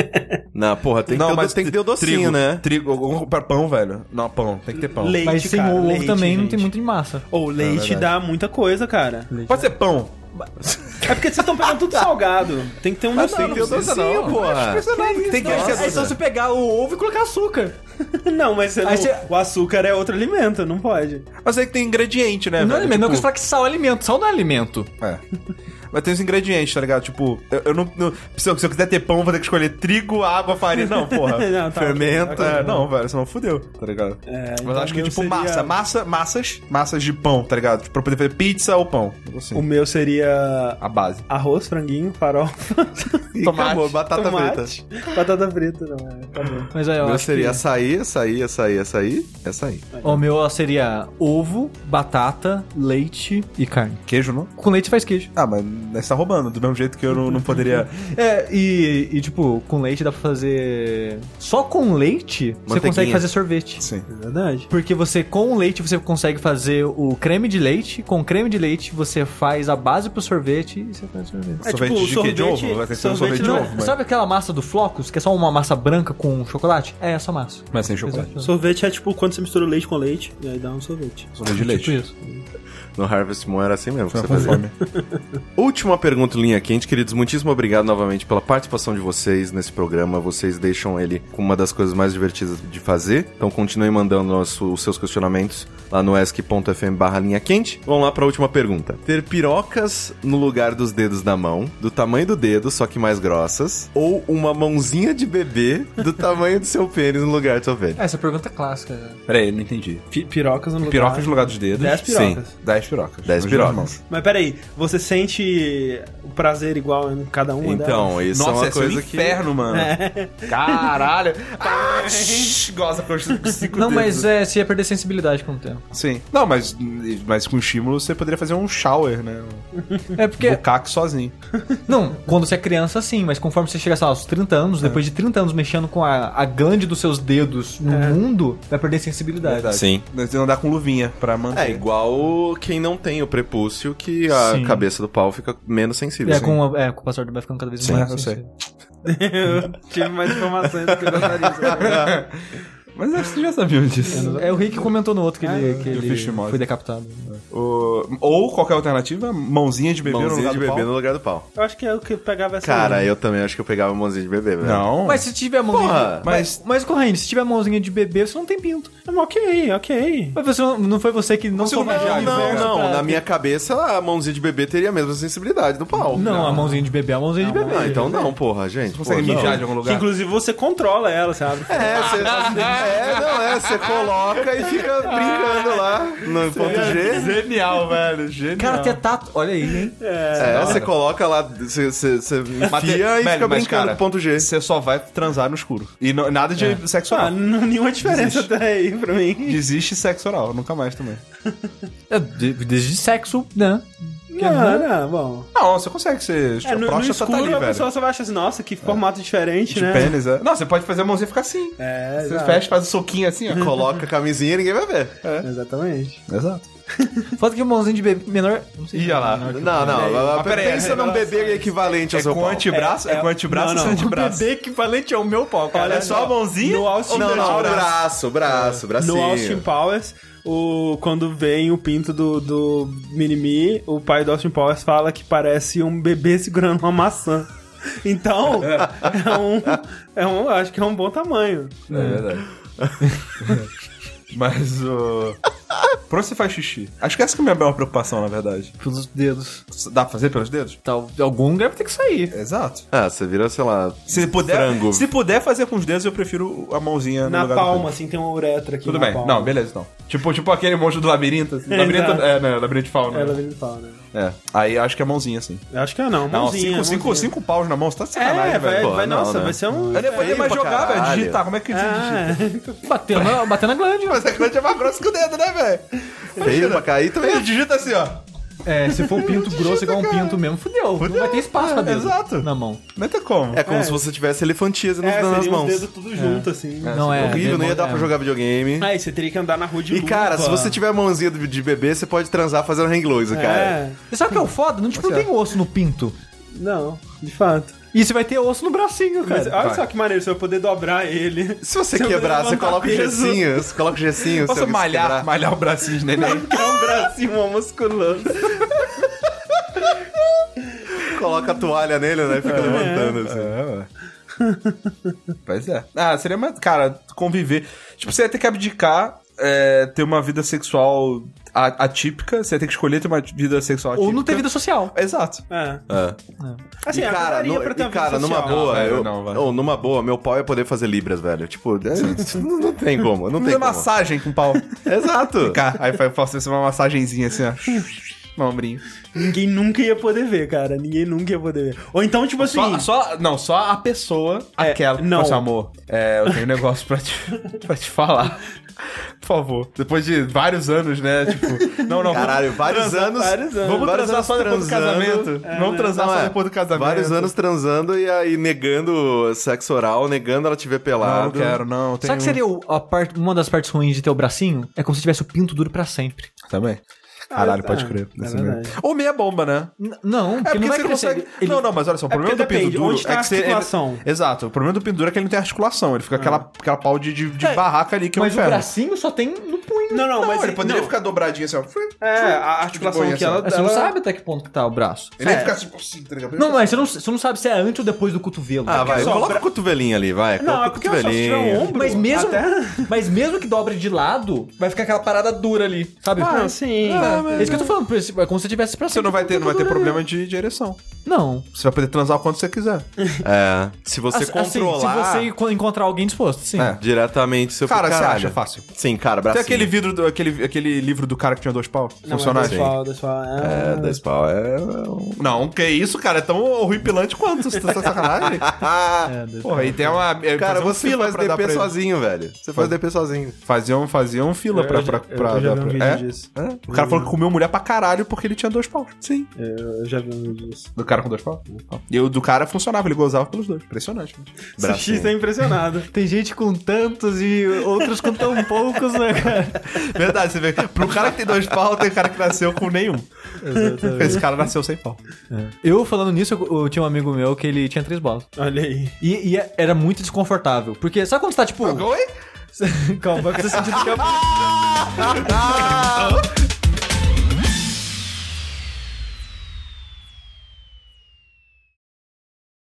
[SPEAKER 1] Na porra, tem, que, ter, o do- tem que ter o docinho,
[SPEAKER 4] trigo,
[SPEAKER 1] né?
[SPEAKER 4] Trigo, algum- pra pão, velho. Não, pão, tem que ter pão.
[SPEAKER 2] Leite,
[SPEAKER 3] Mas sem
[SPEAKER 2] cara,
[SPEAKER 3] o ovo
[SPEAKER 2] leite,
[SPEAKER 3] também não
[SPEAKER 2] gente.
[SPEAKER 3] tem muito de massa.
[SPEAKER 2] Ou leite
[SPEAKER 4] É
[SPEAKER 2] dá
[SPEAKER 4] verdade.
[SPEAKER 2] muita coisa, cara.
[SPEAKER 4] Pode ser pão.
[SPEAKER 2] É porque vocês estão pegando tudo salgado. Tem que
[SPEAKER 4] Ah,
[SPEAKER 2] ter um
[SPEAKER 1] Mas
[SPEAKER 2] docinho.
[SPEAKER 1] tem que ter o docinho, porra.
[SPEAKER 4] Tem que ter
[SPEAKER 3] é só você pegar o ovo e colocar assim, açúcar.
[SPEAKER 2] Não, mas você
[SPEAKER 3] Aí
[SPEAKER 2] não-
[SPEAKER 3] você-
[SPEAKER 2] o açúcar é outro alimento, não pode.
[SPEAKER 4] Mas aí tem ingrediente, né?
[SPEAKER 3] não é
[SPEAKER 4] velho?
[SPEAKER 3] alimento, não, que
[SPEAKER 4] Tipo,
[SPEAKER 3] você fala que sal é alimento. Sal não é alimento.
[SPEAKER 4] É. Mas tem os ingredientes, tá ligado? Tipo, eu, eu não, não- se, eu, se eu quiser ter pão, vou ter que escolher trigo, água, farinha. Não, porra.
[SPEAKER 2] Não, tá,
[SPEAKER 4] Fermenta.
[SPEAKER 2] tá, tá, tá.
[SPEAKER 4] É, não, velho, senão fudeu, tá ligado? Mas
[SPEAKER 2] então
[SPEAKER 4] acho que,
[SPEAKER 2] meu
[SPEAKER 4] tipo,
[SPEAKER 2] seria-
[SPEAKER 4] massa, massa, massas, massas de pão, tá ligado? Tipo, pra poder fazer pizza ou pão. Assim,
[SPEAKER 2] O meu seria
[SPEAKER 4] a base.
[SPEAKER 2] arroz, franguinho, farofa,
[SPEAKER 1] E
[SPEAKER 4] Tomate.
[SPEAKER 1] acabou, batata frita.
[SPEAKER 2] tomate, batata frita, não é? Tá bom.
[SPEAKER 3] Mas aí eu
[SPEAKER 1] O meu
[SPEAKER 3] acho
[SPEAKER 1] seria assim.
[SPEAKER 3] que...
[SPEAKER 1] açaí, açaí, açaí, açaí, açaí.
[SPEAKER 3] O meu seria ovo, batata, leite e carne.
[SPEAKER 4] Queijo, não?
[SPEAKER 3] Com leite faz queijo.
[SPEAKER 4] Ah, mas você tá roubando, do mesmo jeito que eu não, não poderia.
[SPEAKER 3] É, e, e, tipo, com leite dá pra fazer. Só com leite você
[SPEAKER 1] Manteiguinha.
[SPEAKER 3] consegue fazer sorvete.
[SPEAKER 4] Sim.
[SPEAKER 2] É verdade.
[SPEAKER 3] Porque você, com o leite, você consegue fazer o creme de leite. Com o creme de leite, você faz a base pro sorvete e você faz o sorvete.
[SPEAKER 2] É
[SPEAKER 4] Sorvete
[SPEAKER 2] tipo,
[SPEAKER 4] de quê?
[SPEAKER 2] sorvete-
[SPEAKER 4] De ovo? Vai ter que ser um
[SPEAKER 2] sorvete
[SPEAKER 4] sorvete de
[SPEAKER 2] não é-
[SPEAKER 4] ovo, mas,
[SPEAKER 3] Sabe aquela massa do Flocos, que é só uma massa branca com chocolate? É essa massa.
[SPEAKER 4] mas sem chocolate.
[SPEAKER 2] Sorvete é tipo quando você mistura o leite com leite e aí dá um sorvete.
[SPEAKER 4] Sorvete de leite.
[SPEAKER 3] Tipo isso.
[SPEAKER 1] No Harvest Moon era assim mesmo que
[SPEAKER 4] Tô
[SPEAKER 1] você
[SPEAKER 4] com
[SPEAKER 1] fazia.
[SPEAKER 4] fome.
[SPEAKER 1] Última pergunta, Linha Quente. Queridos, muitíssimo obrigado novamente pela participação de vocês nesse programa. Vocês deixam ele com uma das coisas mais divertidas de fazer. Então continuem mandando nosso- os seus questionamentos lá no esc.fm barra linha quente. Vamos lá para a última pergunta. Ter pirocas no lugar dos dedos da mão, do tamanho do dedo, só que mais grossas, ou uma mãozinha de bebê do tamanho do seu pênis no lugar do seu pênis?
[SPEAKER 3] Essa pergunta é clássica. né?
[SPEAKER 4] Peraí, não entendi.
[SPEAKER 2] Pi- pirocas no lugar.
[SPEAKER 4] Pirocas no lugar dos dedos.
[SPEAKER 2] Dez pirocas.
[SPEAKER 4] Sim, 10 pirocas.
[SPEAKER 1] 10
[SPEAKER 4] Nos
[SPEAKER 1] pirocas.
[SPEAKER 2] Mas peraí, você sente o prazer igual em cada uma delas?
[SPEAKER 1] Então, isso é
[SPEAKER 4] Nossa,
[SPEAKER 1] uma
[SPEAKER 4] é
[SPEAKER 1] coisa
[SPEAKER 4] um
[SPEAKER 1] que...
[SPEAKER 4] inferno, mano. Caralho. Ah, shh, goza com os cinco
[SPEAKER 3] Não,
[SPEAKER 4] dedos.
[SPEAKER 3] mas é, você ia perder sensibilidade com o tempo.
[SPEAKER 4] Sim. Não, mas, mas com estímulo você poderia fazer um shower, né? Um
[SPEAKER 3] É porque.
[SPEAKER 4] bucaque sozinho.
[SPEAKER 3] Não, quando você é criança, sim, mas conforme você chega, sei lá, aos 30 anos,
[SPEAKER 4] É.
[SPEAKER 3] depois de 30 anos mexendo com a, a glande dos seus dedos no
[SPEAKER 4] É.
[SPEAKER 3] mundo, vai perder sensibilidade.
[SPEAKER 1] Sim.
[SPEAKER 4] Mas tem que Né, andar com luvinha pra
[SPEAKER 1] É
[SPEAKER 4] manter.
[SPEAKER 1] igual quem não tem o prepúcio, que a
[SPEAKER 3] Sim.
[SPEAKER 1] cabeça do pau fica menos sensível. assim.
[SPEAKER 3] É com, a- é, com o passar do tempo vai ficando cada vez
[SPEAKER 4] Sim,
[SPEAKER 3] mais.
[SPEAKER 4] eu sei.
[SPEAKER 3] sensível.
[SPEAKER 2] Eu tive mais informações do que eu gostaria. sabe?
[SPEAKER 4] Mas acho que vocês já sabiam disso.
[SPEAKER 3] É o Rick que comentou no outro que ele, que
[SPEAKER 4] eu
[SPEAKER 3] ele
[SPEAKER 4] fiz chimose.
[SPEAKER 3] foi decapitado.
[SPEAKER 4] O- ou qualquer alternativa, mãozinha de bebê no
[SPEAKER 1] Mãozinha
[SPEAKER 4] lugar
[SPEAKER 1] de
[SPEAKER 4] do
[SPEAKER 1] bebê
[SPEAKER 4] pau.
[SPEAKER 1] no lugar do pau.
[SPEAKER 2] Eu acho que é o que pegava essa.
[SPEAKER 1] Cara,
[SPEAKER 2] aí.
[SPEAKER 1] eu também acho que eu pegava mãozinha de bebê, velho.
[SPEAKER 4] Não.
[SPEAKER 3] Mas se tiver mãozinha.
[SPEAKER 1] Porra,
[SPEAKER 3] de... Mas, É mas correndo, se tiver mãozinha de bebê, você não tem pinto.
[SPEAKER 2] Mas
[SPEAKER 4] é
[SPEAKER 2] Ok, ok.
[SPEAKER 3] Mas você não, não foi você que não
[SPEAKER 4] Você não
[SPEAKER 3] soube
[SPEAKER 4] vai
[SPEAKER 1] Não,
[SPEAKER 3] de
[SPEAKER 1] não,
[SPEAKER 3] verga
[SPEAKER 1] não.
[SPEAKER 3] pra-
[SPEAKER 1] Na minha cabeça, a mãozinha de bebê teria a mesma sensibilidade do pau.
[SPEAKER 3] Não, a mãozinha de bebê é a mãozinha de bebê.
[SPEAKER 1] Não, então não, porra, gente.
[SPEAKER 4] Consegue
[SPEAKER 1] Pô, não.
[SPEAKER 4] mijar de algum
[SPEAKER 2] Que
[SPEAKER 4] lugar?
[SPEAKER 2] inclusive você controla ela, sabe?
[SPEAKER 1] É, você, é, não, é, você coloca e
[SPEAKER 3] Ah.
[SPEAKER 1] fica brincando lá no ponto G.
[SPEAKER 4] Genial, velho. Genial.
[SPEAKER 3] Cara, até tato. Olha aí, hein?
[SPEAKER 1] É, você coloca lá, você, você, você enfia
[SPEAKER 4] Mas tem-
[SPEAKER 1] e
[SPEAKER 4] velho,
[SPEAKER 1] fica
[SPEAKER 4] mas,
[SPEAKER 1] brincando
[SPEAKER 4] cara,
[SPEAKER 1] no ponto G.
[SPEAKER 4] Você só vai transar no escuro. E não- nada de sexo
[SPEAKER 2] Ah,
[SPEAKER 4] oral.
[SPEAKER 2] não- nenhuma diferença
[SPEAKER 4] Desiste.
[SPEAKER 2] até aí pra mim.
[SPEAKER 4] Desiste sexo oral, nunca mais também.
[SPEAKER 3] É, de- Desde sexo, né?
[SPEAKER 2] Não, não, bom.
[SPEAKER 4] Não, você consegue ser.
[SPEAKER 2] É, no, no
[SPEAKER 4] próstata
[SPEAKER 2] escuro
[SPEAKER 4] tá ali,
[SPEAKER 2] a
[SPEAKER 4] velho. É.
[SPEAKER 2] pessoa só vai achar assim, nossa, que formato diferente,
[SPEAKER 4] De
[SPEAKER 2] né?
[SPEAKER 4] pênis, é. Não, você pode fazer a mãozinha ficar assim.
[SPEAKER 2] É,
[SPEAKER 4] Você
[SPEAKER 2] exato. Uhum.
[SPEAKER 4] fecha, faz o soquinho assim, ó.
[SPEAKER 1] Coloca a camisinha e ninguém vai ver.
[SPEAKER 2] Exatamente.
[SPEAKER 4] Exato.
[SPEAKER 3] Foda que o mãozinho de bebê menor. Não sei. se
[SPEAKER 4] Ia
[SPEAKER 3] é
[SPEAKER 4] lá.
[SPEAKER 3] menor que o
[SPEAKER 1] Não, não.
[SPEAKER 4] Mas peraí,
[SPEAKER 1] pensa num bebê equivalente ao
[SPEAKER 4] É
[SPEAKER 1] seu
[SPEAKER 4] com
[SPEAKER 1] pau.
[SPEAKER 4] antebraço? É,
[SPEAKER 2] É,
[SPEAKER 4] com
[SPEAKER 2] é- não,
[SPEAKER 4] antebraço ou sem
[SPEAKER 2] não.
[SPEAKER 4] antebraço?
[SPEAKER 3] bebê equivalente ao meu pau, cara.
[SPEAKER 4] Olha só a mãozinha?
[SPEAKER 2] No Austin-
[SPEAKER 4] ou
[SPEAKER 1] Não, não, braço,
[SPEAKER 4] antebraço?
[SPEAKER 1] braço, bracinho.
[SPEAKER 2] É. No Austin Powers, o, quando vem o pinto do, do Minimi, o pai do Austin Powers fala que parece um bebê segurando uma maçã. Então, é um, é um. Acho que é um bom tamanho.
[SPEAKER 4] É verdade. Mas o. Por onde você faz xixi? Acho que essa que é a minha maior preocupação, na verdade.
[SPEAKER 3] Pelos dedos.
[SPEAKER 4] Dá pra fazer pelos dedos?
[SPEAKER 3] Tal, algum deve ter que sair.
[SPEAKER 4] Exato.
[SPEAKER 1] Ah, você vira, sei lá,
[SPEAKER 4] Se puder,
[SPEAKER 1] frango.
[SPEAKER 4] se puder fazer com os dedos, eu prefiro a mãozinha Tá no
[SPEAKER 2] Na
[SPEAKER 4] lugar da
[SPEAKER 2] palma, assim, tem uma uretra aqui.
[SPEAKER 4] Tudo
[SPEAKER 2] na
[SPEAKER 4] bem.
[SPEAKER 2] palma. É,
[SPEAKER 4] Não, beleza, não. Tipo, tipo aquele monstro do labirinto. Assim. Labirinto,
[SPEAKER 2] Exato.
[SPEAKER 4] é, né? Labirinto de fauna.
[SPEAKER 2] Ela vem no pau, né?
[SPEAKER 4] É. Aí acho que é mãozinha, assim.
[SPEAKER 2] Eu acho que é não. Mãozinha.
[SPEAKER 4] não, cinco, cinco,
[SPEAKER 2] mãozinha.
[SPEAKER 4] cinco paus na mão, você tá de sacanagem,
[SPEAKER 2] É, vai,
[SPEAKER 4] velho.
[SPEAKER 1] Pô,
[SPEAKER 2] vai,
[SPEAKER 1] não,
[SPEAKER 2] nossa,
[SPEAKER 1] né?
[SPEAKER 2] vai ser um.
[SPEAKER 4] Eu nem poder
[SPEAKER 1] feio
[SPEAKER 4] mais
[SPEAKER 1] pra
[SPEAKER 4] jogar, velho.
[SPEAKER 1] caralho.
[SPEAKER 4] Digitar, como é que você digita?
[SPEAKER 2] Ah,
[SPEAKER 3] Batendo, na- batendo na glande.
[SPEAKER 4] Mas a grande é mais grossa que o dedo, né, velho?
[SPEAKER 1] feio pra cair
[SPEAKER 2] É.
[SPEAKER 4] Ele
[SPEAKER 1] também. é
[SPEAKER 4] digita assim, ó.
[SPEAKER 3] É, se for um pinto grosso igual um pinto mesmo, fudeu. Não vai ter espaço pra dedo.
[SPEAKER 4] exato.
[SPEAKER 3] Na mão.
[SPEAKER 4] Mas tá como?
[SPEAKER 1] É como se você tivesse elefantíase nos-
[SPEAKER 2] é,
[SPEAKER 1] nas
[SPEAKER 2] seria os
[SPEAKER 1] mãos.
[SPEAKER 2] dedos tudo junto, assim.
[SPEAKER 3] não é.
[SPEAKER 1] Horrível, não ia dar pra jogar videogame.
[SPEAKER 2] Aí você teria que andar na rua de
[SPEAKER 1] E cara, se
[SPEAKER 2] luva.
[SPEAKER 1] você tiver a mãozinha do- de bebê, você pode transar fazendo hang loose, cara.
[SPEAKER 2] É.
[SPEAKER 3] E sabe o que é o foda? Não, tipo, não tem osso no pinto.
[SPEAKER 2] Não, de fato.
[SPEAKER 3] E você vai ter osso no bracinho,
[SPEAKER 2] Mas
[SPEAKER 3] cara.
[SPEAKER 2] olha
[SPEAKER 4] vai.
[SPEAKER 2] só que maneiro, você vai poder dobrar ele.
[SPEAKER 1] Se você
[SPEAKER 2] Você
[SPEAKER 1] quebrar,
[SPEAKER 2] vai
[SPEAKER 1] você coloca o
[SPEAKER 2] levantar peso.
[SPEAKER 1] gessinho, você coloca o gessinho. se
[SPEAKER 4] Posso
[SPEAKER 1] alguém se
[SPEAKER 4] malhar,
[SPEAKER 1] quebrar.
[SPEAKER 4] malhar o bracinho de neném?
[SPEAKER 2] É um bracinho mal musculando.
[SPEAKER 1] Coloca a toalha nele, né? e Fica levantando assim.
[SPEAKER 4] é, ué. Pois é. Ah, seria mais. Cara, conviver. Tipo, você ia ter que abdicar. é, ter uma vida sexual a- atípica, você ia ter que escolher ter uma vida sexual atípica.
[SPEAKER 3] Ou não ter vida social.
[SPEAKER 4] Exato.
[SPEAKER 2] É.
[SPEAKER 1] É.
[SPEAKER 2] Assim,
[SPEAKER 1] e cara,
[SPEAKER 2] ajudaria
[SPEAKER 1] no-
[SPEAKER 2] pra ter
[SPEAKER 1] e,
[SPEAKER 2] uma
[SPEAKER 1] cara
[SPEAKER 2] vida
[SPEAKER 1] numa
[SPEAKER 2] social.
[SPEAKER 1] boa,
[SPEAKER 4] velho,
[SPEAKER 1] eu,
[SPEAKER 4] não, vai.
[SPEAKER 1] ou numa boa, meu pau ia poder fazer libras, velho. Tipo, é, não, não tem como, não
[SPEAKER 4] Fazer
[SPEAKER 1] tem como.
[SPEAKER 4] é massagem com pau.
[SPEAKER 1] Exato.
[SPEAKER 4] Cá, aí eu faço assim, uma massagenzinha assim, ó. No ombrinho.
[SPEAKER 2] Ninguém nunca ia poder ver, cara. Ninguém nunca ia poder ver. Ou então, tipo assim.
[SPEAKER 4] Só, só- não, só a pessoa,
[SPEAKER 2] É,
[SPEAKER 4] aquela, que
[SPEAKER 2] não.
[SPEAKER 4] fala assim, amor, é, eu tenho um negócio pra te, pra te falar. Por favor. Depois de vários anos, né? Tipo, não, não.
[SPEAKER 1] Caralho, vários
[SPEAKER 4] transar-
[SPEAKER 1] anos.
[SPEAKER 2] vários anos.
[SPEAKER 4] Vamos
[SPEAKER 1] vários
[SPEAKER 4] transar
[SPEAKER 1] anos
[SPEAKER 4] só depois do
[SPEAKER 1] transando.
[SPEAKER 4] casamento. Vamos transar
[SPEAKER 1] Não,
[SPEAKER 4] só
[SPEAKER 1] é.
[SPEAKER 4] depois do casamento.
[SPEAKER 1] Vários anos transando e aí negando sexo oral, negando ela te ver
[SPEAKER 4] Não,
[SPEAKER 1] pelado.
[SPEAKER 4] não quero, não. eu Tenho...
[SPEAKER 3] Sabe que seria o- a parte- uma das partes ruins de ter o bracinho? É como se tivesse o pinto duro pra sempre.
[SPEAKER 4] Também. Caralho,
[SPEAKER 2] Ah,
[SPEAKER 4] pode crer.
[SPEAKER 2] é
[SPEAKER 4] Desse
[SPEAKER 2] verdade.
[SPEAKER 4] mesmo. Ou meia bomba, né?
[SPEAKER 3] N- não,
[SPEAKER 4] É
[SPEAKER 3] porque,
[SPEAKER 4] porque
[SPEAKER 3] não vai
[SPEAKER 4] você
[SPEAKER 3] crescer.
[SPEAKER 4] consegue.
[SPEAKER 3] Ele-
[SPEAKER 4] Não, não, mas olha só, o problema do
[SPEAKER 2] É porque
[SPEAKER 4] pinto
[SPEAKER 2] depende,
[SPEAKER 4] duro
[SPEAKER 2] onde tá
[SPEAKER 4] é
[SPEAKER 2] a
[SPEAKER 4] que você- ele-
[SPEAKER 2] articulação?
[SPEAKER 4] Exato, o problema do pinto duro é que ele não tem articulação, ele fica aquela, aquela pau de, de, de
[SPEAKER 3] É,
[SPEAKER 4] barraca ali que é um
[SPEAKER 3] mas o
[SPEAKER 4] inferno.
[SPEAKER 3] bracinho só tem no punho.
[SPEAKER 2] Não, não,
[SPEAKER 4] Não,
[SPEAKER 2] mas.
[SPEAKER 4] ele poderia
[SPEAKER 2] não.
[SPEAKER 4] ficar dobradinho assim, ó. Ele
[SPEAKER 2] É, a articulação
[SPEAKER 4] De boa,
[SPEAKER 2] que ela.
[SPEAKER 3] Mas Você não
[SPEAKER 2] ela-
[SPEAKER 3] sabe até que ponto que tá o braço.
[SPEAKER 4] ia ficar tipo assim, tá ligado?
[SPEAKER 3] Não, mas você não, você não sabe se é antes ou depois do cotovelo.
[SPEAKER 1] Ah, vai,
[SPEAKER 2] só,
[SPEAKER 1] coloca
[SPEAKER 2] pra-
[SPEAKER 1] o cotovelinho ali, vai.
[SPEAKER 2] Não,
[SPEAKER 1] coloca
[SPEAKER 2] é
[SPEAKER 1] o
[SPEAKER 2] porque ó, só se tiver
[SPEAKER 1] cotovelinho.
[SPEAKER 2] um ombro.
[SPEAKER 3] Mas mesmo,
[SPEAKER 2] até-
[SPEAKER 3] mas mesmo que dobre de lado, vai ficar aquela parada dura ali, sabe?
[SPEAKER 2] Ah, sim.
[SPEAKER 3] É, é isso que eu tô falando, por esse- é como se você tivesse pra
[SPEAKER 4] tá, Você
[SPEAKER 3] sempre
[SPEAKER 4] não vai ter, não vai ter
[SPEAKER 3] dura ali.
[SPEAKER 4] problema de, de ereção.
[SPEAKER 3] Não.
[SPEAKER 4] Você vai poder transar quanto você quiser.
[SPEAKER 1] É, se você
[SPEAKER 3] Assim,
[SPEAKER 1] controlar
[SPEAKER 3] se você enco- encontrar alguém disposto, sim.
[SPEAKER 4] É.
[SPEAKER 1] diretamente seu
[SPEAKER 4] Cara, você
[SPEAKER 1] caralho.
[SPEAKER 4] acha fácil.
[SPEAKER 1] Sim, cara,
[SPEAKER 4] Tem
[SPEAKER 1] bracinho.
[SPEAKER 4] aquele, vidro do- aquele, aquele livro do cara que tinha dois pau?
[SPEAKER 2] Não,
[SPEAKER 4] Funcionário?
[SPEAKER 2] é pessoal, pessoal, é-
[SPEAKER 1] É, 10 pau é... um-
[SPEAKER 4] Não, que isso, cara. É tão horripilante quanto. Você tá de sacanagem?
[SPEAKER 3] É, Deus.
[SPEAKER 4] Porra, e tem uma. é,
[SPEAKER 1] Ah, Cara,
[SPEAKER 4] fazer um
[SPEAKER 1] você faz
[SPEAKER 4] pra dar pra
[SPEAKER 1] DP
[SPEAKER 4] ele.
[SPEAKER 1] sozinho, velho. Você faz DP sozinho.
[SPEAKER 4] Fazia um, fazia um fila
[SPEAKER 2] Eu
[SPEAKER 4] pra,
[SPEAKER 2] já-
[SPEAKER 4] pra,
[SPEAKER 2] eu
[SPEAKER 4] pra
[SPEAKER 2] já vi
[SPEAKER 4] dar
[SPEAKER 2] um
[SPEAKER 4] pra-
[SPEAKER 2] vídeo
[SPEAKER 4] é?
[SPEAKER 2] disso.
[SPEAKER 4] É? O cara falou que comeu mulher pra caralho porque ele tinha dois paus. Sim.
[SPEAKER 2] Eu já vi um vídeo disso.
[SPEAKER 4] Do cara com dois paus? E o do cara funcionava, ele gozava pelos dois. Impressionante. Né?
[SPEAKER 2] O X tá impressionado.
[SPEAKER 3] Tem gente com tantos e outros com tão poucos, né, cara?
[SPEAKER 4] Verdade, você vê. Pro cara que tem dois pau, tem cara que nasceu com nenhum. Esse cara nasceu sem pau.
[SPEAKER 3] É. Eu, falando nisso, eu, eu tinha um amigo meu que ele tinha três bolas.
[SPEAKER 2] Olha aí.
[SPEAKER 3] E, e era muito desconfortável. Porque sabe quando você tá, tipo...
[SPEAKER 4] Oi?
[SPEAKER 3] Calma, vai fazer sentido que eu...